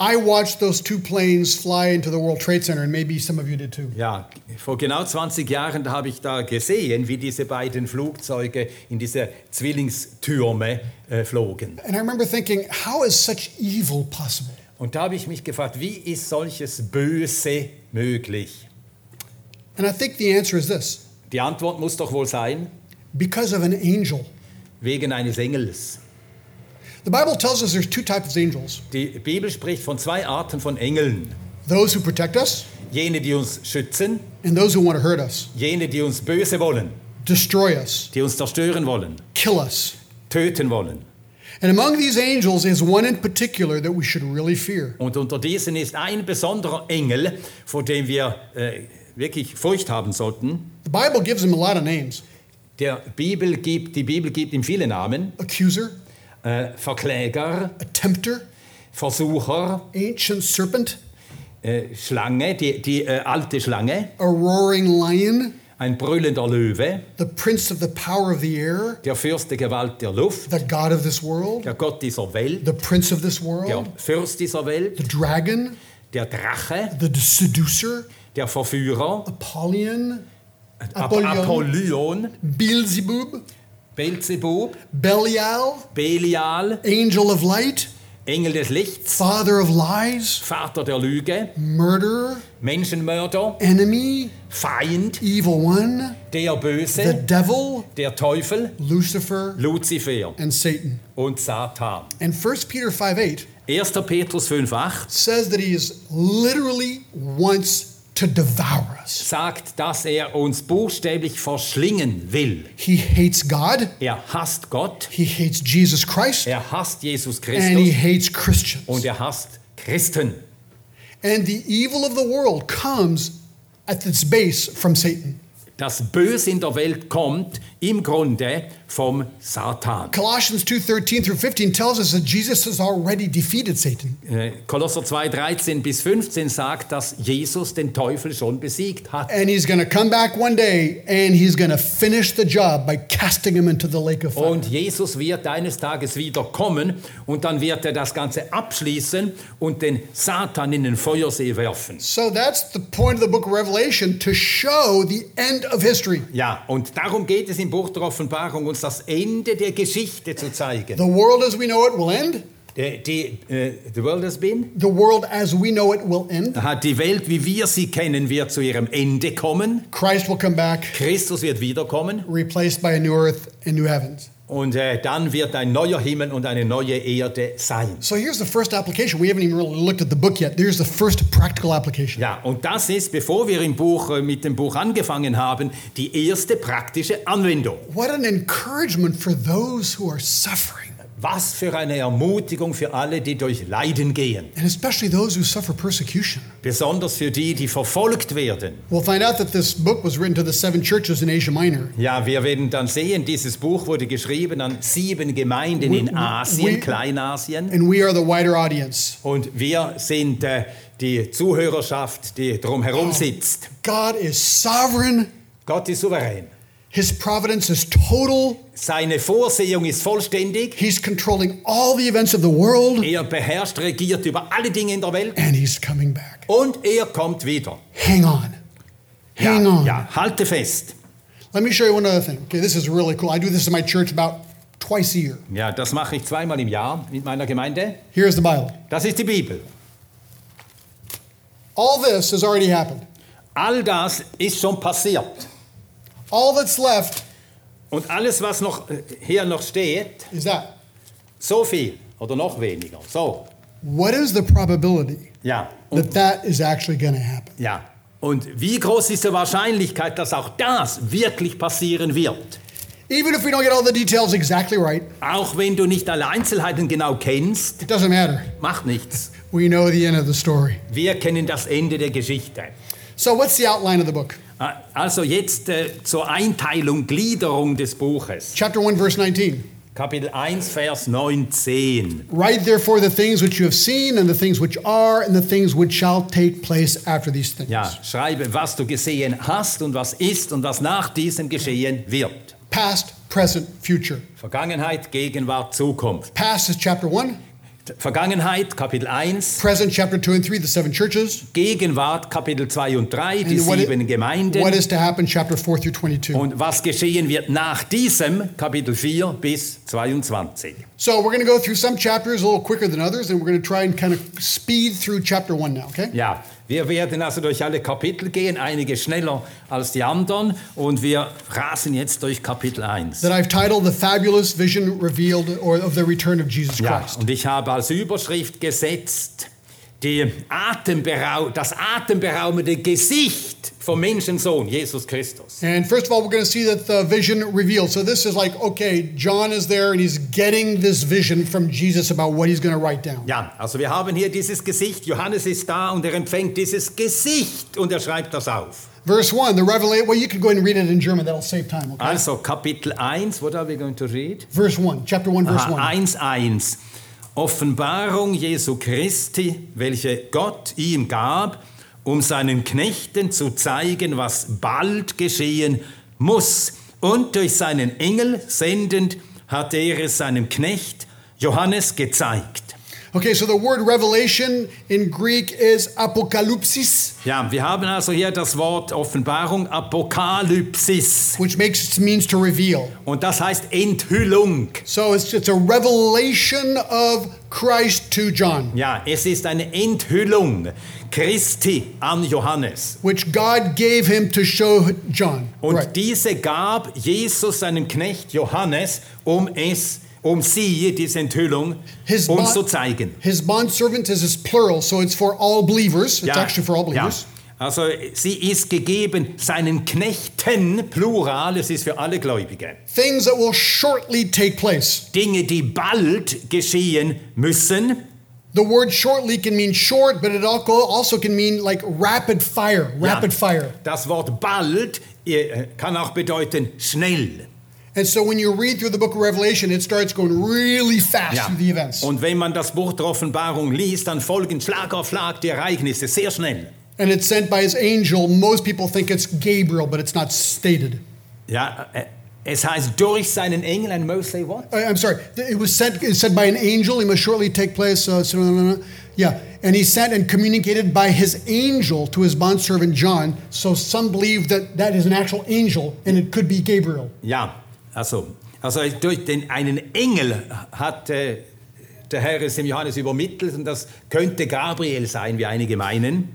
[SPEAKER 2] I watched those two planes fly into the World Trade Center, and maybe some of you did too.
[SPEAKER 3] Ja, vor genau 20 Jahren da habe ich da gesehen, wie diese beiden Flugzeuge in diese Zwillingstürme äh, flogen.
[SPEAKER 2] And I remember thinking, how is such evil possible?
[SPEAKER 3] Und da habe ich mich gefragt, wie ist solches Böse möglich?
[SPEAKER 2] And I think the answer is this
[SPEAKER 3] Die Antwort muss doch wohl sein,
[SPEAKER 2] because of an angel.
[SPEAKER 3] wegen eines Engels.
[SPEAKER 2] The Bible tells us there's two types of angels
[SPEAKER 3] Die Bibel spricht von zwei Arten von Engeln.
[SPEAKER 2] those who protect us,
[SPEAKER 3] Jene, die uns schützen,
[SPEAKER 2] and those who want to hurt us,
[SPEAKER 3] jene, die uns böse wollen,
[SPEAKER 2] destroy us,
[SPEAKER 3] die uns zerstören wollen,
[SPEAKER 2] kill us.
[SPEAKER 3] töten wollen.
[SPEAKER 2] And among these angels is one in particular that we should really fear.
[SPEAKER 3] Und unter diesen ist ein besonderer Engel, vor dem wir äh, wirklich Furcht haben sollten.
[SPEAKER 2] The Bible gives him a lot of names
[SPEAKER 3] Der Bibel gibt, die Bibel gibt ihm viele Namen.
[SPEAKER 2] accuser,
[SPEAKER 3] Äh, Verkläger,
[SPEAKER 2] a tempter,
[SPEAKER 3] Versucher,
[SPEAKER 2] ancient serpent,
[SPEAKER 3] äh, Schlange, die, die äh, alte Schlange,
[SPEAKER 2] a roaring lion,
[SPEAKER 3] ein brüllender Löwe,
[SPEAKER 2] the prince of the power of the air,
[SPEAKER 3] der Fürst der Gewalt der Luft,
[SPEAKER 2] the god of this world,
[SPEAKER 3] der Gott dieser Welt,
[SPEAKER 2] the prince of this
[SPEAKER 3] der
[SPEAKER 2] world,
[SPEAKER 3] Fürst dieser Welt,
[SPEAKER 2] the dragon,
[SPEAKER 3] der Drache,
[SPEAKER 2] the seducer,
[SPEAKER 3] der Verführer,
[SPEAKER 2] Apollyon,
[SPEAKER 3] Ap
[SPEAKER 2] Apollyon.
[SPEAKER 3] Apollyon,
[SPEAKER 2] Beelzebub,
[SPEAKER 3] Beelzebub,
[SPEAKER 2] Belial,
[SPEAKER 3] Belial,
[SPEAKER 2] angel of light,
[SPEAKER 3] Engel des Lichts,
[SPEAKER 2] father of lies,
[SPEAKER 3] Vater der Lüge,
[SPEAKER 2] murderer,
[SPEAKER 3] Menschenmörder,
[SPEAKER 2] enemy,
[SPEAKER 3] Feind,
[SPEAKER 2] evil one,
[SPEAKER 3] der
[SPEAKER 2] the
[SPEAKER 3] Böse,
[SPEAKER 2] devil,
[SPEAKER 3] der Teufel,
[SPEAKER 2] Lucifer,
[SPEAKER 3] Luzifer
[SPEAKER 2] and Satan.
[SPEAKER 3] und Satan.
[SPEAKER 2] And 1 Peter 5 8
[SPEAKER 3] 1. Petrus 5,8
[SPEAKER 2] says that he is literally wants to devour us.
[SPEAKER 3] sagt, dass er uns buchstäblich verschlingen will.
[SPEAKER 2] He hates God,
[SPEAKER 3] Er hasst Gott,
[SPEAKER 2] he hates Jesus Christ,
[SPEAKER 3] er hasst Jesus
[SPEAKER 2] and he
[SPEAKER 3] Christus
[SPEAKER 2] hates Christians.
[SPEAKER 3] und er hasst Christen.
[SPEAKER 2] And the evil of the world comes at its base from Satan.
[SPEAKER 3] Das Böse in der Welt kommt im Grunde vom Satan.
[SPEAKER 2] Colossians 2:13 through 15 tells us that Jesus has already defeated Satan.
[SPEAKER 3] Äh, Kolosser 2, 13 bis 15 sagt, dass Jesus den Teufel schon besiegt hat.
[SPEAKER 2] And he's going to come back one day and he's going to finish the job by casting him into the lake of fire.
[SPEAKER 3] Und Jesus wird eines Tages wieder kommen und dann wird er das Ganze abschließen und den Satan in den Feuersee werfen.
[SPEAKER 2] So that's the point of the book of Revelation to show the end of history.
[SPEAKER 3] Ja, und darum geht es im Buch der Offenbarung, uns das Ende der Geschichte zu zeigen.
[SPEAKER 2] The world as we know it will end.
[SPEAKER 3] Äh, Die, äh, the world has been.
[SPEAKER 2] The world as we know it will end.
[SPEAKER 3] Hat die Welt, wie wir sie kennen, wird zu ihrem Ende kommen.
[SPEAKER 2] Christ will come back,
[SPEAKER 3] Christus wird wiederkommen
[SPEAKER 2] replaced by a new earth and new heavens.
[SPEAKER 3] und äh, dann wird ein neuer Himmel und eine neue Erde sein.
[SPEAKER 2] So here's the first application. We haven't even really looked at the book yet. Here's the first practical application.
[SPEAKER 3] Ja, und das ist, bevor wir im Buch, äh, mit dem Buch angefangen haben, die erste praktische Anwendung.
[SPEAKER 2] What an encouragement for those who are suffering,
[SPEAKER 3] Was für eine Ermutigung für alle, die durch Leiden gehen.
[SPEAKER 2] and especially those who suffer persecution.
[SPEAKER 3] Besonders für die, die verfolgt werden.
[SPEAKER 2] We'll find out that this book was written to the seven churches in Asia Minor.
[SPEAKER 3] Ja, wir werden dann sehen, dieses Buch wurde geschrieben an sieben Gemeinden in
[SPEAKER 2] we-
[SPEAKER 3] Asien, Kleinasien.
[SPEAKER 2] And we are the wider audience.
[SPEAKER 3] Und wir sind äh, die Zuhörerschaft, die drumherum sitzt.
[SPEAKER 2] God is sovereign.
[SPEAKER 3] Gott ist souverän.
[SPEAKER 2] His providence is total.
[SPEAKER 3] Seine Vorsehung ist vollständig.
[SPEAKER 2] He's controlling all the events of the world,
[SPEAKER 3] Er beherrscht, regiert über alle Dinge in der Welt.
[SPEAKER 2] and He's coming back.
[SPEAKER 3] Und er kommt wieder.
[SPEAKER 2] Hang on. Hang
[SPEAKER 3] ja,
[SPEAKER 2] on.
[SPEAKER 3] ja, halte fest.
[SPEAKER 2] Let me show you one other thing. Okay, this is really cool. I do this in my church about twice a year.
[SPEAKER 3] Ja, das mache ich zweimal im Jahr mit meiner Gemeinde.
[SPEAKER 2] Here's the Bible.
[SPEAKER 3] Das ist die Bibel.
[SPEAKER 2] All this has already happened.
[SPEAKER 3] All das ist schon passiert.
[SPEAKER 2] All that's left
[SPEAKER 3] Und alles, was noch äh, hier noch steht,
[SPEAKER 2] is that.
[SPEAKER 3] so viel oder noch weniger. So,
[SPEAKER 2] What is the probability
[SPEAKER 3] ja. Und,
[SPEAKER 2] that that is actually going to happen?
[SPEAKER 3] ja. Und wie groß ist die Wahrscheinlichkeit, dass auch das wirklich passieren wird?
[SPEAKER 2] Even if we don't get all the details exactly right,
[SPEAKER 3] Auch wenn du nicht alle Einzelheiten genau kennst,
[SPEAKER 2] it doesn't matter.
[SPEAKER 3] macht nichts.
[SPEAKER 2] We know the end of the story.
[SPEAKER 3] Wir kennen das Ende der Geschichte.
[SPEAKER 2] So, what's the outline of the book?
[SPEAKER 3] Ah, Also jetzt äh, zur Einteilung, Gliederung des Buches.
[SPEAKER 2] Chapter 1, verse 19.
[SPEAKER 3] Kapitel 1, Vers 19.
[SPEAKER 2] Write therefore the things which you have seen, and the things which are, and the things which shall take place after these things.
[SPEAKER 3] Ja, schreibe, was du gesehen hast und was ist und was nach diesem geschehen wird.
[SPEAKER 2] Past, present, future.
[SPEAKER 3] Vergangenheit, Gegenwart, Zukunft.
[SPEAKER 2] Past is chapter 1,
[SPEAKER 3] Vergangenheit, Kapitel 1.
[SPEAKER 2] Present, chapter 2 and 3, the seven churches.
[SPEAKER 3] Gegenwart, Kapitel 2 und 3, die
[SPEAKER 2] And what,
[SPEAKER 3] sieben
[SPEAKER 2] i-
[SPEAKER 3] Gemeinden.
[SPEAKER 2] what is to happen, chapter 4 through 22.
[SPEAKER 3] Und was geschehen wird nach diesem, Kapitel 4 bis 22.
[SPEAKER 2] So we're going to go through some chapters a little quicker than others, and we're going to try and kind of speed through chapter 1 now, okay?
[SPEAKER 3] Ja, wir werden also durch alle Kapitel gehen, einige schneller als die anderen. Und wir rasen jetzt durch Kapitel 1.
[SPEAKER 2] That I've titled The Fabulous Vision Revealed or of the Return of Jesus
[SPEAKER 3] Ja,
[SPEAKER 2] Christ.
[SPEAKER 3] und ich habe als Überschrift gesetzt, die Atemberau das atemberaubende Gesicht vom Menschensohn, Jesus Christus.
[SPEAKER 2] And first of all, we're going to see that the vision revealed. So this is like, okay, John is there and he's getting this vision from Jesus about what he's going to write down.
[SPEAKER 3] Ja, also wir haben hier dieses Gesicht. Johannes ist da und er empfängt dieses Gesicht und er schreibt das auf.
[SPEAKER 2] Verse 1, the revelation. Well, you can go ahead and read it in German. That'll save time, okay?
[SPEAKER 3] Also Kapitel 1, what are we going to read?
[SPEAKER 2] Verse 1, chapter 1, verse 1.
[SPEAKER 3] Aha, 1.1. Offenbarung Jesu Christi, welche Gott ihm gab, um seinen Knechten zu zeigen, was bald geschehen muss. Und durch seinen Engel sendend hat er es seinem Knecht Johannes gezeigt.
[SPEAKER 2] Okay, so the word revelation in Greek is apokalypsis,
[SPEAKER 3] Ja, wir haben also hier das Wort Offenbarung, Apokalypsis.
[SPEAKER 2] which makes means to reveal.
[SPEAKER 3] Und das heißt Enthüllung.
[SPEAKER 2] So it's, it's a revelation of Christ to John,
[SPEAKER 3] Ja, es ist eine Enthüllung Christi an Johannes.
[SPEAKER 2] which God gave him to show John.
[SPEAKER 3] Und
[SPEAKER 2] right.
[SPEAKER 3] diese gab Jesus seinem Knecht Johannes, um es, um sie, diese Enthüllung,
[SPEAKER 2] His
[SPEAKER 3] uns
[SPEAKER 2] bond-
[SPEAKER 3] zu zeigen.
[SPEAKER 2] His bondservant is his plural, so it's for all believers. It's actually for all
[SPEAKER 3] ja.
[SPEAKER 2] believers.
[SPEAKER 3] Also sie ist gegeben seinen Knechten, Plural, es ist für alle Gläubige.
[SPEAKER 2] Things that will shortly take place.
[SPEAKER 3] Dinge, die bald geschehen müssen.
[SPEAKER 2] The word shortly can mean short, but it alco- also can mean like rapid fire, rapid fire.
[SPEAKER 3] Das Wort bald äh, kann auch bedeuten schnell.
[SPEAKER 2] And so when you read through the book of Revelation, it starts going really fast
[SPEAKER 3] Ja.
[SPEAKER 2] through the events.
[SPEAKER 3] Und wenn man das Buch der Offenbarung liest, dann folgen Schlag auf Schlag die Ereignisse sehr schnell.
[SPEAKER 2] and it's sent by his angel. Most people think it's Gabriel, but it's not stated.
[SPEAKER 3] Ja, äh, es heißt durch seinen Engel, and most say what?
[SPEAKER 2] I, am Uh, sorry. Th- It was sent. It's sent by an angel. It must shortly take place. Uh, so- no, no, no. yeah, and he sent and communicated by his angel to his bondservant John. So some believe that that is an actual angel, and it could be Gabriel.
[SPEAKER 3] Ja, also, also durch den, einen Engel hat äh, der Herr es dem Johannes übermittelt und das könnte Gabriel sein, wie einige meinen.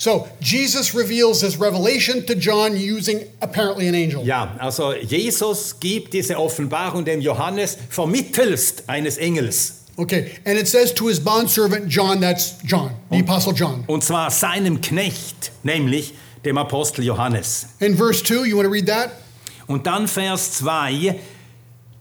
[SPEAKER 2] So Jesus reveals this revelation to John using apparently an angel.
[SPEAKER 3] Ja, also Jesus gibt diese Offenbarung dem Johannes vermittelst eines Engels.
[SPEAKER 2] Okay, and it says to his bondservant John. That's John, the apostle John.
[SPEAKER 3] Und zwar seinem Knecht, nämlich dem Apostel Johannes.
[SPEAKER 2] In verse two, you want to read that?
[SPEAKER 3] Und dann Vers 2,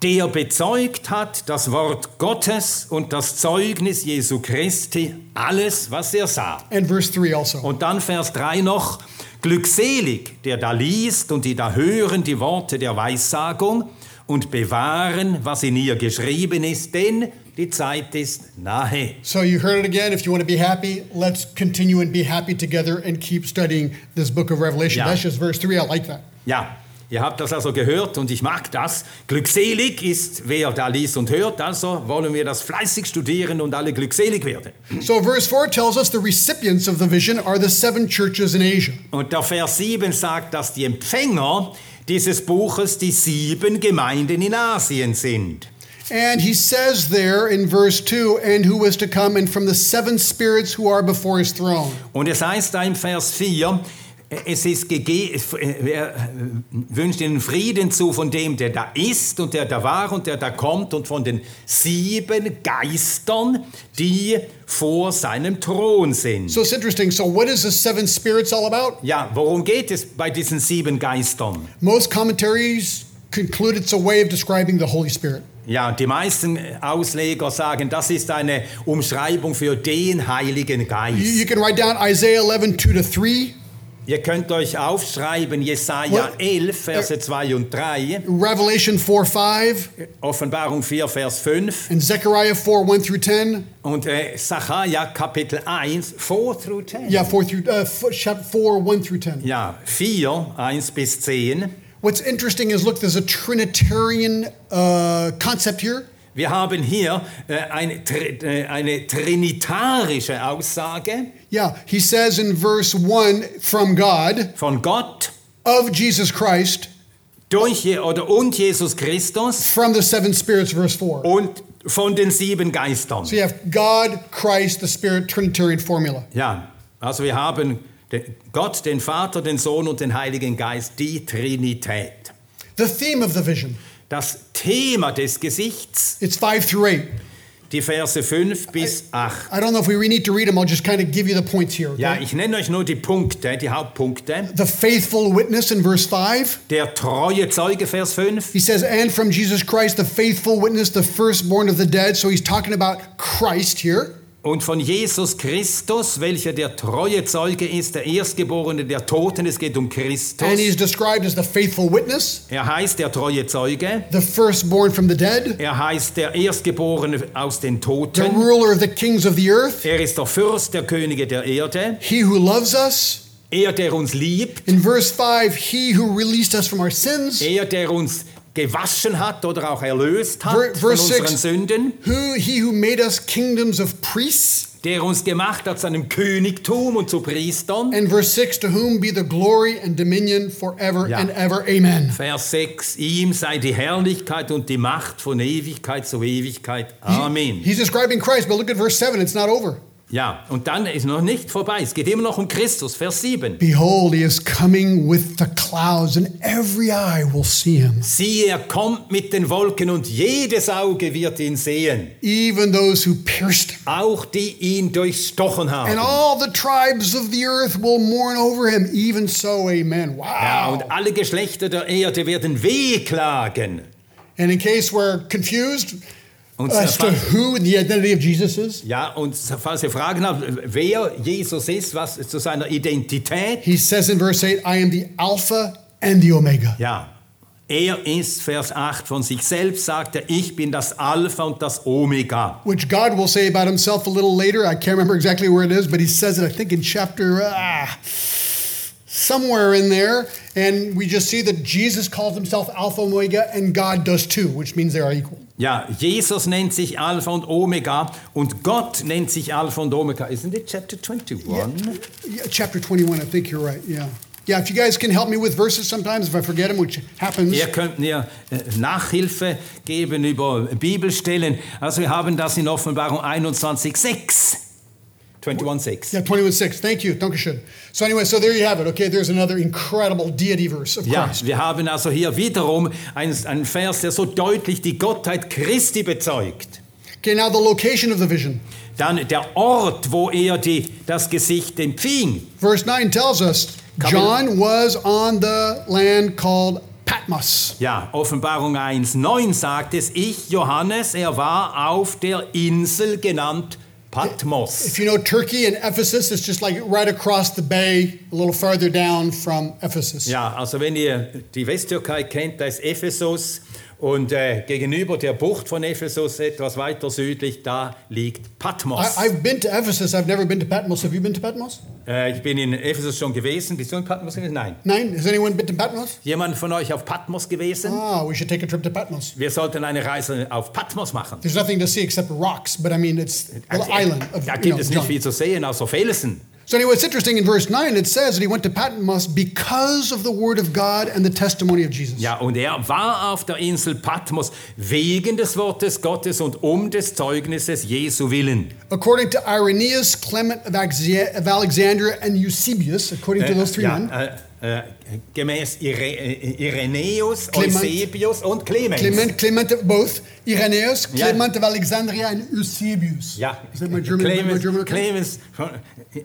[SPEAKER 3] der bezeugt hat das Wort Gottes und das Zeugnis Jesu Christi, alles, was er sah.
[SPEAKER 2] And verse three also.
[SPEAKER 3] Und dann Vers 3 noch, glückselig, der da liest und die da hören die Worte der Weissagung und bewahren, was in ihr geschrieben ist, denn die Zeit ist nahe.
[SPEAKER 2] So you heard it again. If you want to be happy, let's continue and be happy together and keep studying this book of Revelation.
[SPEAKER 3] Yeah.
[SPEAKER 2] That's just verse three. I like that.
[SPEAKER 3] Ja, ihr habt das also gehört und ich mag das. Glückselig ist, wer da liest und hört, also wollen wir das fleißig studieren und alle glückselig werden.
[SPEAKER 2] So verse four tells us the recipients of the vision are the seven churches in Asia.
[SPEAKER 3] Und der Vers 7 sagt, dass die Empfänger dieses Buches die sieben Gemeinden in Asien sind.
[SPEAKER 2] And he says there in verse two, and who is to come, and from the seven spirits who are before his throne.
[SPEAKER 3] Und es heißt da im Vers 4, es ist gegeben, wer äh, wünscht ihnen Frieden zu von dem, der da ist und der da war und der da kommt und von den sieben Geistern, die vor seinem Thron sind.
[SPEAKER 2] So it's interesting. So what is the seven spirits all about?
[SPEAKER 3] Ja, worum geht es bei diesen sieben Geistern?
[SPEAKER 2] Most commentaries conclude it's a way of describing the Holy Spirit.
[SPEAKER 3] Ja, die meisten Ausleger sagen, das ist eine Umschreibung für den Heiligen
[SPEAKER 2] You,
[SPEAKER 3] Geist.
[SPEAKER 2] you can write down Isaiah 11, 2 to 3.
[SPEAKER 3] Ihr könnt euch aufschreiben, Jesaja
[SPEAKER 2] What?
[SPEAKER 3] 11, Verse 2 und 3,
[SPEAKER 2] Revelation 4 5
[SPEAKER 3] Offenbarung 4, Vers 5.
[SPEAKER 2] and Zechariah 4 1 through 10.
[SPEAKER 3] Und äh, Sacharja Kapitel 1, 4 through 10.
[SPEAKER 2] Yeah, 4 through uh, f- chapter 4 1 through 10.
[SPEAKER 3] Ja, 4, 1 bis 10.
[SPEAKER 2] What's interesting is look, there's a Trinitarian uh, concept here.
[SPEAKER 3] wir haben hier äh, eine, tr- äh, eine trinitarische Aussage
[SPEAKER 2] Yeah, he says in verse 1 from God,
[SPEAKER 3] von Gott
[SPEAKER 2] of Jesus Christ,
[SPEAKER 3] durch Je oder und Jesus Christus
[SPEAKER 2] from the seven spirits, verse 4.
[SPEAKER 3] und von den sieben Geistern.
[SPEAKER 2] So you have God, Christ, the Spirit, Trinitarian formula.
[SPEAKER 3] Ja, also wir haben de- Gott, den Vater, den Sohn und den Heiligen Geist, die Trinität.
[SPEAKER 2] The theme of the vision,
[SPEAKER 3] Das Thema des Gesichts,
[SPEAKER 2] it's 5 through 8.
[SPEAKER 3] die Verse 5 bis 8.
[SPEAKER 2] I don't know if we re- need to read them, I'll just kind of give you the points here. okay?
[SPEAKER 3] Ja, ich nenne euch nur die Punkte, die Hauptpunkte.
[SPEAKER 2] The faithful witness in verse 5.
[SPEAKER 3] Der treue Zeuge, Vers 5.
[SPEAKER 2] He says, and from Jesus Christ, the faithful witness, the firstborn of the dead. So he's talking about Christ here.
[SPEAKER 3] Und von Jesus Christus, welcher der treue Zeuge ist, der Erstgeborene der Toten. Es geht um
[SPEAKER 2] And he's
[SPEAKER 3] Christus.
[SPEAKER 2] described as the faithful witness,
[SPEAKER 3] Er heißt der treue Zeuge.
[SPEAKER 2] the firstborn from the dead,
[SPEAKER 3] Er heißt der Erstgeborene aus den
[SPEAKER 2] the
[SPEAKER 3] Toten.
[SPEAKER 2] ruler of the kings of the earth,
[SPEAKER 3] Er ist der Fürst der Könige der Erde.
[SPEAKER 2] he who loves us.
[SPEAKER 3] Er, der uns liebt.
[SPEAKER 2] In verse 5, he who released us from our sins,
[SPEAKER 3] Er, der uns gewaschen hat oder auch erlöst hat
[SPEAKER 2] Ver-
[SPEAKER 3] von
[SPEAKER 2] Vers
[SPEAKER 3] unseren
[SPEAKER 2] six.
[SPEAKER 3] Sünden.
[SPEAKER 2] who he who made us kingdoms of priests.
[SPEAKER 3] Der uns gemacht hat zu einem Königtum und zu Priestern.
[SPEAKER 2] And verse 6, to whom be the glory and dominion forever
[SPEAKER 3] Yeah.
[SPEAKER 2] and ever. Amen.
[SPEAKER 3] Vers 6, ihm sei die Herrlichkeit und die Macht von Ewigkeit zu Ewigkeit. Amen.
[SPEAKER 2] He's describing Christ, but look at verse 7, it's not over.
[SPEAKER 3] Ja, und dann ist noch nicht vorbei. Es geht immer noch um Christus, Vers 7.
[SPEAKER 2] Behold, he is coming with the clouds, and every eye will see him.
[SPEAKER 3] Siehe, er kommt mit den Wolken und jedes Auge wird ihn sehen,
[SPEAKER 2] Even those who pierced him.
[SPEAKER 3] auch die ihn durchstochen
[SPEAKER 2] And
[SPEAKER 3] haben.
[SPEAKER 2] all the tribes of the earth will mourn over him. Even so, amen.
[SPEAKER 3] Ja,
[SPEAKER 2] Wow.
[SPEAKER 3] und alle Geschlechter der Erde werden wehklagen.
[SPEAKER 2] And in case we're confused
[SPEAKER 3] Und
[SPEAKER 2] as to
[SPEAKER 3] falls,
[SPEAKER 2] who the identity of Jesus is,
[SPEAKER 3] ja, und falls ihr Fragen habt, wer Jesus ist, was zu seiner Identität,
[SPEAKER 2] he says in verse 8, I am the Alpha and the Omega.
[SPEAKER 3] Ja, er ist, Vers 8, von sich selbst sagt er, ich bin das Alpha und das Omega.
[SPEAKER 2] Which God will say about himself a little later. I can't remember exactly where it is, but he says it, I think, in chapter ah, somewhere in there. And we just see that Jesus calls himself Alpha and Omega, and God does too, which means they are equal.
[SPEAKER 3] Ja, Jesus nennt sich Alpha und Omega und Gott nennt sich Alpha und Omega. Isn't it chapter 21?
[SPEAKER 2] Yeah, chapter 21, I think you're right. Yeah. Yeah, if you guys can help me with verses sometimes, if I forget them, which happens.
[SPEAKER 3] Ihr könnt mir äh, Nachhilfe geben über Bibelstellen. Also wir haben das in Offenbarung 21.6. 21.6.
[SPEAKER 2] Yeah, 21 6. Thank you. Dankeschön. So, anyway, so there you have it. Okay, there's another incredible deity verse of
[SPEAKER 3] Ja,
[SPEAKER 2] Christ.
[SPEAKER 3] wir haben also hier wiederum einen, einen Vers, der so deutlich die Gottheit Christi bezeugt.
[SPEAKER 2] Okay, now the location of the vision.
[SPEAKER 3] Dann der Ort, wo er die, das Gesicht empfing.
[SPEAKER 2] Verse 9 tells us
[SPEAKER 3] Kapitel-
[SPEAKER 2] John was on the land called Patmos.
[SPEAKER 3] Ja, Offenbarung 1,9 sagt es, ich, Johannes, er war auf der Insel genannt Patmos.
[SPEAKER 2] If you know Turkey and Ephesus, it's just like right across the bay, a little farther down from Ephesus.
[SPEAKER 3] Ja, also wenn ihr die Westtürkei kennt, da ist Ephesus und äh, gegenüber der Bucht von Ephesus, etwas weiter südlich, da liegt Patmos.
[SPEAKER 2] I, I've been to Ephesus, I've never been to Patmos. Have you been to Patmos?
[SPEAKER 3] äh, ich bin in Ephesus schon gewesen. Bist du in Patmos gewesen? Nein.
[SPEAKER 2] Nine? Has anyone been to Patmos?
[SPEAKER 3] Jemand von euch auf Patmos gewesen?
[SPEAKER 2] Ah, we should take a trip to Patmos.
[SPEAKER 3] Wir sollten eine Reise auf Patmos machen. Äh,
[SPEAKER 2] There's nothing to see except rocks, but I mean, it's an island of
[SPEAKER 3] da
[SPEAKER 2] you
[SPEAKER 3] gibt
[SPEAKER 2] know,
[SPEAKER 3] es nicht
[SPEAKER 2] John.
[SPEAKER 3] viel zu sehen, außer Felsen.
[SPEAKER 2] So anyway, it's interesting in verse 9, it says that he went to Patmos because of the word of God and the testimony of Jesus.
[SPEAKER 3] Ja, und er war auf der Insel Patmos wegen des Wortes Gottes und um des Zeugnisses Jesu willen.
[SPEAKER 2] According to Irenaeus, Clement of, Axia- of Alexandria, and Eusebius, according
[SPEAKER 3] Eh,
[SPEAKER 2] to those three men,
[SPEAKER 3] ja, äh, äh, gemäß Ire, äh, Irenäus,
[SPEAKER 2] Clement.
[SPEAKER 3] Eusebius und Clemens.
[SPEAKER 2] Clement, Clement of both, Irenaeus,
[SPEAKER 3] Yeah.
[SPEAKER 2] Clement of Alexandria, and Eusebius.
[SPEAKER 3] Ja,
[SPEAKER 2] Is that my German, my
[SPEAKER 3] Clemens,
[SPEAKER 2] German okay?
[SPEAKER 3] Clemens von-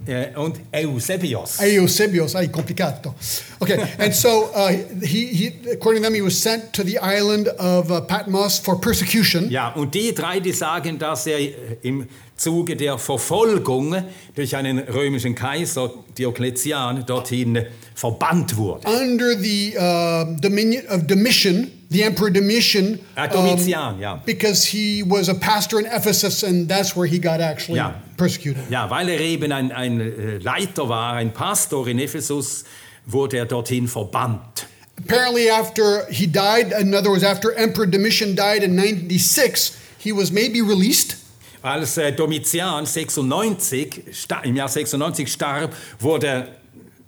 [SPEAKER 3] äh, und Eusebius.
[SPEAKER 2] Ay, Eusebius, ay, complicato. Okay, and so uh, he, he, according to them, he was sent to the island of uh, Patmos for persecution.
[SPEAKER 3] Ja, und die drei, die sagen, dass er äh, im Zuge der Verfolgung durch einen römischen Kaiser, Diokletian, dorthin äh, verbannt wurde.
[SPEAKER 2] under the uh, dominion of Domitian, the Emperor Domitian. um,
[SPEAKER 3] Ah, Domitian, yeah.
[SPEAKER 2] Because he was a pastor in Ephesus, and that's where he got actually
[SPEAKER 3] Yeah.
[SPEAKER 2] persecuted.
[SPEAKER 3] Ja, weil er eben ein, ein äh, Leiter war, ein Pastor in Ephesus, wurde er dorthin verbannt.
[SPEAKER 2] Apparently, after he died, in other words, after Emperor Domitian died in 96, He was maybe released.
[SPEAKER 3] Als äh, Domitian 96, sta- im Jahr 96 starb, wurde er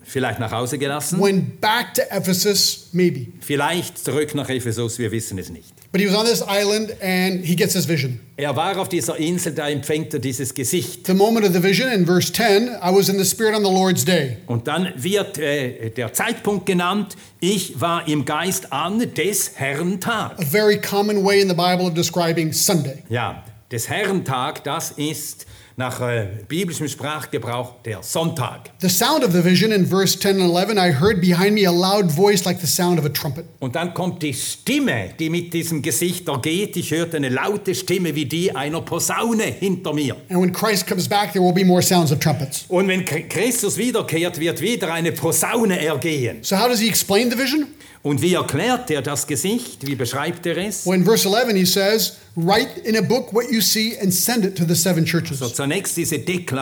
[SPEAKER 3] vielleicht nach Hause gelassen,
[SPEAKER 2] Went back to Ephesus, maybe.
[SPEAKER 3] vielleicht zurück nach Ephesus, wir wissen es nicht.
[SPEAKER 2] But he was on this island and he gets this vision.
[SPEAKER 3] Er war auf dieser Insel, da empfängt er dieses Gesicht.
[SPEAKER 2] The moment of the vision in verse 10 I was in the Spirit on the Lord's day.
[SPEAKER 3] Und dann wird äh, der Zeitpunkt genannt, ich war im Geist an des Herrn Tag.
[SPEAKER 2] A very common way in the Bible of describing Sunday.
[SPEAKER 3] Ja, des Herrn Tag, das ist nach äh, biblischem Sprachgebrauch der Sonntag.
[SPEAKER 2] The sound of the vision in verse 10 and 11 I heard behind me a loud voice like the sound of a trumpet.
[SPEAKER 3] Und dann kommt die Stimme, die mit diesem Gesicht da geht. Ich hörte eine laute Stimme wie die einer Posaune hinter mir.
[SPEAKER 2] And when Christ comes back, there will be more sounds of trumpets.
[SPEAKER 3] Und wenn Chr- Christus wiederkehrt, wird wieder eine Posaune ergehen.
[SPEAKER 2] So, how does he explain the vision?
[SPEAKER 3] Und wie erklärt er das Gesicht? Wie beschreibt er es?
[SPEAKER 2] Well, in verse 11, he says, Write in a book what you see and send it to the seven churches.
[SPEAKER 3] So, zunächst diese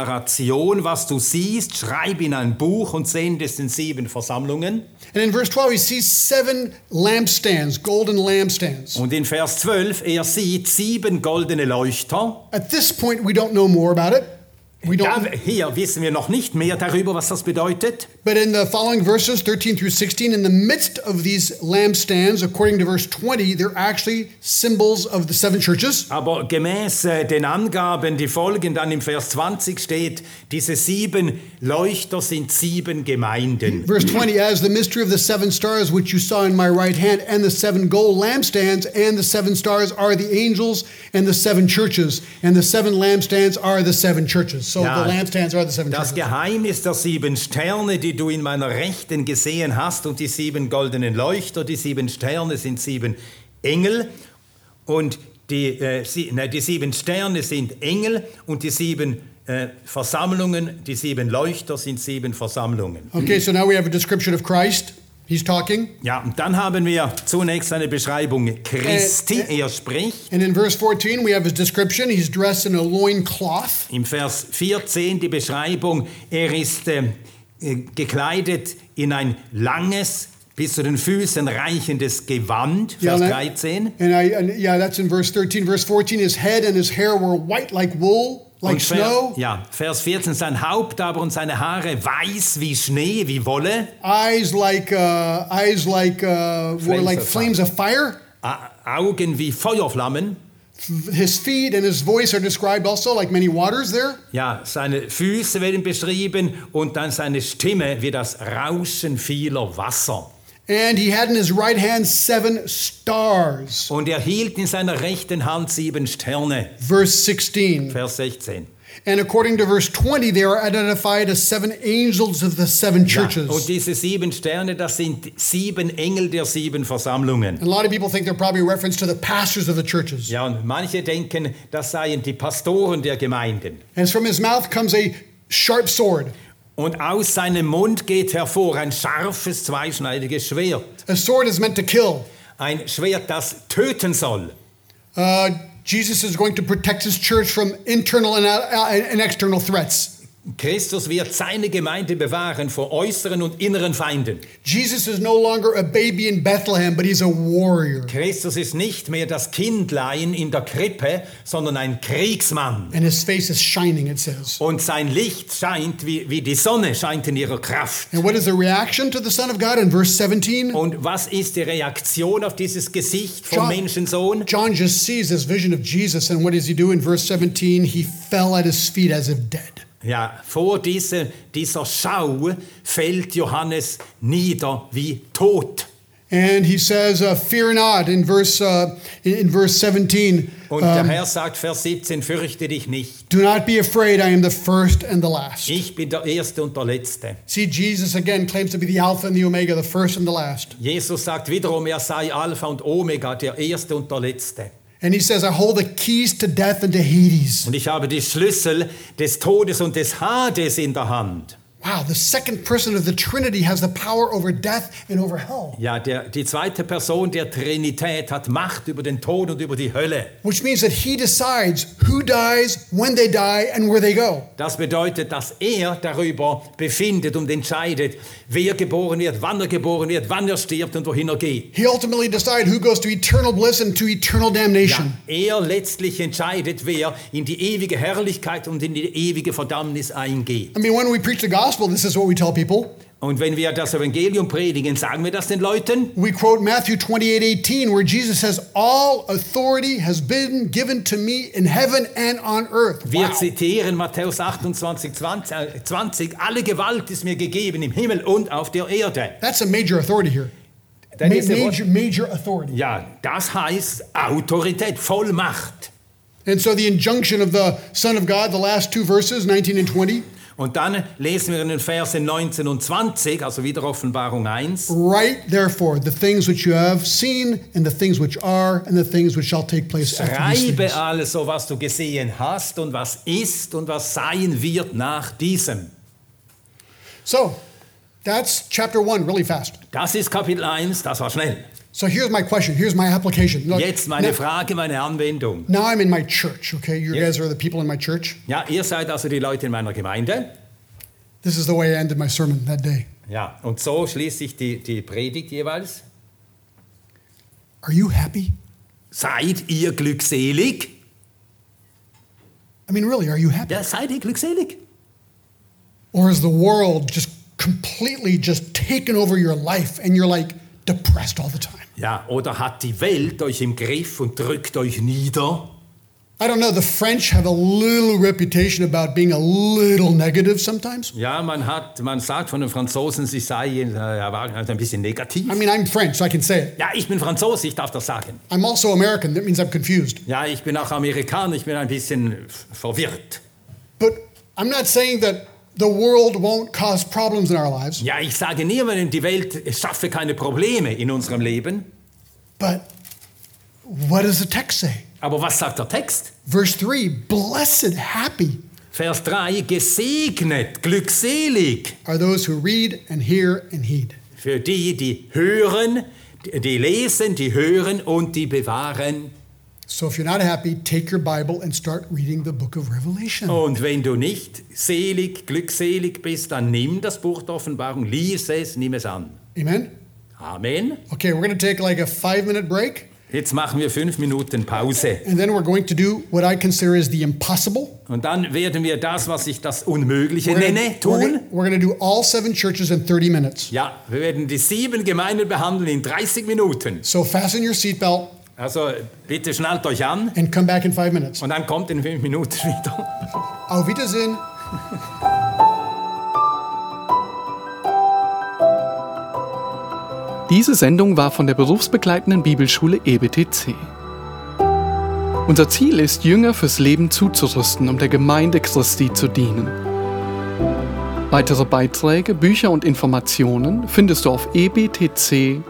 [SPEAKER 3] Deklaration, was du siehst, schreib in ein Buch und send es in sieben Versammlungen.
[SPEAKER 2] And in verse 12, he sees seven lampstands, golden lampstands.
[SPEAKER 3] Und in Vers 12, er sieht sieben goldene Leuchter.
[SPEAKER 2] At this point, we don't know more about it. We
[SPEAKER 3] Da,
[SPEAKER 2] don't,
[SPEAKER 3] hier wissen wir noch nicht mehr darüber, was das bedeutet.
[SPEAKER 2] but in the following verses, 13 through 16, in the midst of these lampstands, according to verse 20, they're actually symbols of the seven churches.
[SPEAKER 3] Aber gemäß äh, den Angaben, die folgen, dann im Vers 20 steht, diese sieben Leuchter sind sieben Gemeinden.
[SPEAKER 2] Verse 20, as the mystery of the seven stars which you saw in my right hand, and the seven gold lampstands, and the seven stars are the angels and the seven churches, and the seven lampstands are the seven churches. So
[SPEAKER 3] Ja,
[SPEAKER 2] the lampstands are the seven
[SPEAKER 3] Das
[SPEAKER 2] churches.
[SPEAKER 3] Geheimnis der sieben Sterne, die du in meiner Rechten gesehen hast, und die sieben goldenen Leuchter, die sieben Sterne sind sieben Engel, und die, äh, sie, nein, die sieben Sterne sind Engel, und die sieben äh, Versammlungen, die sieben Leuchter sind sieben Versammlungen.
[SPEAKER 2] Okay, so now we have a description of Christ. He's talking.
[SPEAKER 3] Ja, und dann haben wir zunächst eine Beschreibung Christi.
[SPEAKER 2] Äh,
[SPEAKER 3] er spricht.
[SPEAKER 2] And in verse 14, we have his description. He's dressed in a loin cloth.
[SPEAKER 3] Im Vers 14 die Beschreibung, er ist äh, äh, gekleidet in ein langes, bis zu den Füßen reichendes Gewand. Vers
[SPEAKER 2] and,
[SPEAKER 3] 13.
[SPEAKER 2] and I, and yeah, that's in verse 13. Verse 14, his head and his hair were white like wool, like
[SPEAKER 3] Und Ver,
[SPEAKER 2] snow.
[SPEAKER 3] ja, Vers 14, sein Haupt aber und seine Haare weiß wie Schnee, wie Wolle.
[SPEAKER 2] Eyes like uh, eyes like uh, were
[SPEAKER 3] Flames
[SPEAKER 2] like
[SPEAKER 3] of
[SPEAKER 2] flames of fire.
[SPEAKER 3] A Augen wie Feuerflammen.
[SPEAKER 2] His feet and his voice are described also like many waters there.
[SPEAKER 3] Ja, seine Füße werden beschrieben und dann seine Stimme wie das Rauschen vieler Wasser.
[SPEAKER 2] And he had in his right hand seven stars.
[SPEAKER 3] Und er hielt in seiner rechten Hand sieben Sterne.
[SPEAKER 2] Verse 16.
[SPEAKER 3] Vers 16.
[SPEAKER 2] And according to verse 20, they are identified as seven angels of the seven
[SPEAKER 3] Ja,
[SPEAKER 2] churches.
[SPEAKER 3] und diese sieben Sterne, das sind sieben Engel der sieben Versammlungen.
[SPEAKER 2] And a lot of people think they're probably a reference to the pastors of the churches.
[SPEAKER 3] Ja, und manche denken, das seien die Pastoren der Gemeinden.
[SPEAKER 2] And from his mouth comes a sharp sword.
[SPEAKER 3] Und aus seinem Mund geht hervor ein scharfes, zweischneidiges Schwert.
[SPEAKER 2] A sword is meant to kill.
[SPEAKER 3] Ein Schwert, das töten soll.
[SPEAKER 2] Uh, Jesus is going to protect his church from internal and, uh, and external threats.
[SPEAKER 3] Christus wird seine Gemeinde bewahren vor äußeren und inneren Feinden.
[SPEAKER 2] Jesus is no longer a baby in Bethlehem, but he's a warrior.
[SPEAKER 3] Christus ist nicht mehr das Kindlein in der Krippe, sondern ein Kriegsmann.
[SPEAKER 2] And his face is shining, it says.
[SPEAKER 3] Und sein Licht scheint wie, wie die Sonne, scheint in ihrer Kraft.
[SPEAKER 2] And what is the reaction to the Son of God in verse 17?
[SPEAKER 3] Und was ist die Reaktion auf dieses Gesicht vom
[SPEAKER 2] John-
[SPEAKER 3] Menschensohn?
[SPEAKER 2] John just sees this vision of Jesus, and what does he do in verse 17? He fell at his feet as if dead.
[SPEAKER 3] Ja, vor diese, dieser Schau fällt Johannes nieder wie tot.
[SPEAKER 2] And he says, uh, "Fear not." In verse uh, in, in verse 17,
[SPEAKER 3] Und
[SPEAKER 2] Ähm.
[SPEAKER 3] der Herr sagt, Vers 17, fürchte dich nicht.
[SPEAKER 2] "Do not be afraid. I am the first and the last."
[SPEAKER 3] Ich bin der Erste und der Letzte.
[SPEAKER 2] See, Jesus again claims to be the Alpha and the Omega, the first and the last.
[SPEAKER 3] Jesus sagt wiederum, er sei Alpha und Omega, der Erste und der Letzte.
[SPEAKER 2] And he says, "I hold the keys to death and to Hades."
[SPEAKER 3] Und ich habe die Schlüssel des Todes und des Hades in der Hand.
[SPEAKER 2] wow, the second person of the Trinity has the power over death and over hell.
[SPEAKER 3] Ja, der, die zweite Person der Trinität hat Macht über den Tod und über die Hölle.
[SPEAKER 2] Which means that he decides who dies, when they die, and where they go.
[SPEAKER 3] Das bedeutet, dass er darüber befindet und entscheidet, wer geboren wird, wann er geboren wird, wann er stirbt und wohin er geht.
[SPEAKER 2] He ultimately decides who goes to eternal bliss and to eternal
[SPEAKER 3] Ja,
[SPEAKER 2] damnation.
[SPEAKER 3] er letztlich entscheidet, wer in die ewige Herrlichkeit und in die ewige Verdammnis eingeht.
[SPEAKER 2] I mean, when we preach the gospel, this is what we tell people.
[SPEAKER 3] Und wenn wir das Evangelium predigen, sagen wir das den Leuten?
[SPEAKER 2] We quote Matthew 28 18, where Jesus says, All authority has been given to me in heaven and on earth.
[SPEAKER 3] Wir
[SPEAKER 2] Wow.
[SPEAKER 3] zitieren Matthäus 28, 20, äh, 20. Alle Gewalt ist mir gegeben im Himmel und auf der Erde.
[SPEAKER 2] That's a major authority here.
[SPEAKER 3] That
[SPEAKER 2] Ma-
[SPEAKER 3] is the
[SPEAKER 2] major, major authority.
[SPEAKER 3] Ja, das heißt Autorität, Vollmacht.
[SPEAKER 2] And so the injunction of the Son of God, the last two verses, 19 and 20,
[SPEAKER 3] Und dann lesen wir in den Versen 19 und 20, also wieder Offenbarung
[SPEAKER 2] Oh,
[SPEAKER 3] 1.
[SPEAKER 2] write therefore the things which you have seen, and the things which are, and the things which shall take place after these things.
[SPEAKER 3] Schreibe alles so, was du gesehen hast und was ist und was sein wird nach diesem.
[SPEAKER 2] So that's chapter one, really fast.
[SPEAKER 3] Das ist Kapitel 1, das war schnell.
[SPEAKER 2] So here's my question. Here's my application. Look,
[SPEAKER 3] Jetzt meine
[SPEAKER 2] now-
[SPEAKER 3] Frage, meine Anwendung.
[SPEAKER 2] Now I'm in my church, okay? You
[SPEAKER 3] Yes.
[SPEAKER 2] guys are the people in my church.
[SPEAKER 3] Ja, ihr seid also die Leute in meiner Gemeinde.
[SPEAKER 2] This is the way I ended my sermon that day.
[SPEAKER 3] Ja, und so schließe ich die, die Predigt jeweils.
[SPEAKER 2] Are you happy?
[SPEAKER 3] Seid ihr glückselig?
[SPEAKER 2] I mean, really, are you happy?
[SPEAKER 3] Ja, seid ihr glückselig?
[SPEAKER 2] Or is the world just completely just taken over your life and you're like depressed all the time?
[SPEAKER 3] Ja, oder hat die Welt euch im Griff und drückt euch nieder?
[SPEAKER 2] I don't know, the French have a little reputation about being a little negative sometimes.
[SPEAKER 3] Ja, man, hat, man sagt von den Franzosen, sie seien äh, ja, waren also ein bisschen
[SPEAKER 2] I
[SPEAKER 3] negativ.
[SPEAKER 2] mean, I'm French, so I can say it.
[SPEAKER 3] Ja, ich bin Franzose, ich darf das sagen.
[SPEAKER 2] I'm also American, that means I'm confused.
[SPEAKER 3] Ja, ich bin auch Amerikaner, ich bin ein bisschen f- verwirrt.
[SPEAKER 2] But I'm not saying that the world won't cause problems in our lives,
[SPEAKER 3] Ja, ich sage niemandem, die Welt schaffe keine Probleme in unserem Leben.
[SPEAKER 2] but what does the text say?
[SPEAKER 3] Aber was sagt der Text?
[SPEAKER 2] Verse 3 Blessed, happy
[SPEAKER 3] Vers 3, gesegnet, glückselig
[SPEAKER 2] are those who read and hear and heed.
[SPEAKER 3] für die, die hören, die- die lesen, die hören und die bewahren.
[SPEAKER 2] So if you're not happy, take your Bible and start reading the book of Revelation.
[SPEAKER 3] Und wenn du nicht selig, glückselig bist, dann nimm das Buch der Offenbarung, lies es, nimm es an.
[SPEAKER 2] Amen?
[SPEAKER 3] Amen.
[SPEAKER 2] Okay, we're going to take like a five minute break,
[SPEAKER 3] Jetzt machen wir fünf Minuten Pause.
[SPEAKER 2] and then we're going to do what I consider is the impossible.
[SPEAKER 3] Und dann werden wir das, was ich das Unmögliche
[SPEAKER 2] We're gonna-
[SPEAKER 3] nenne,
[SPEAKER 2] we're gonna-
[SPEAKER 3] tun.
[SPEAKER 2] we're going to do all seven churches in 30 minutes.
[SPEAKER 3] Ja, wir werden die sieben Gemeinden behandeln in 30 Minuten.
[SPEAKER 2] So fasten your seatbelt
[SPEAKER 3] Also bitte schnallt euch an
[SPEAKER 2] and come back in five minutes.
[SPEAKER 3] und dann kommt in fünf Minuten wieder.
[SPEAKER 2] Auf Wiedersehen.
[SPEAKER 1] Diese Sendung war von der berufsbegleitenden Bibelschule E EBTC. Unser Ziel ist, Jünger fürs Leben zuzurüsten, um der Gemeinde Christi zu dienen. Weitere E Beiträge, Bücher und Informationen findest du auf ebtc.org.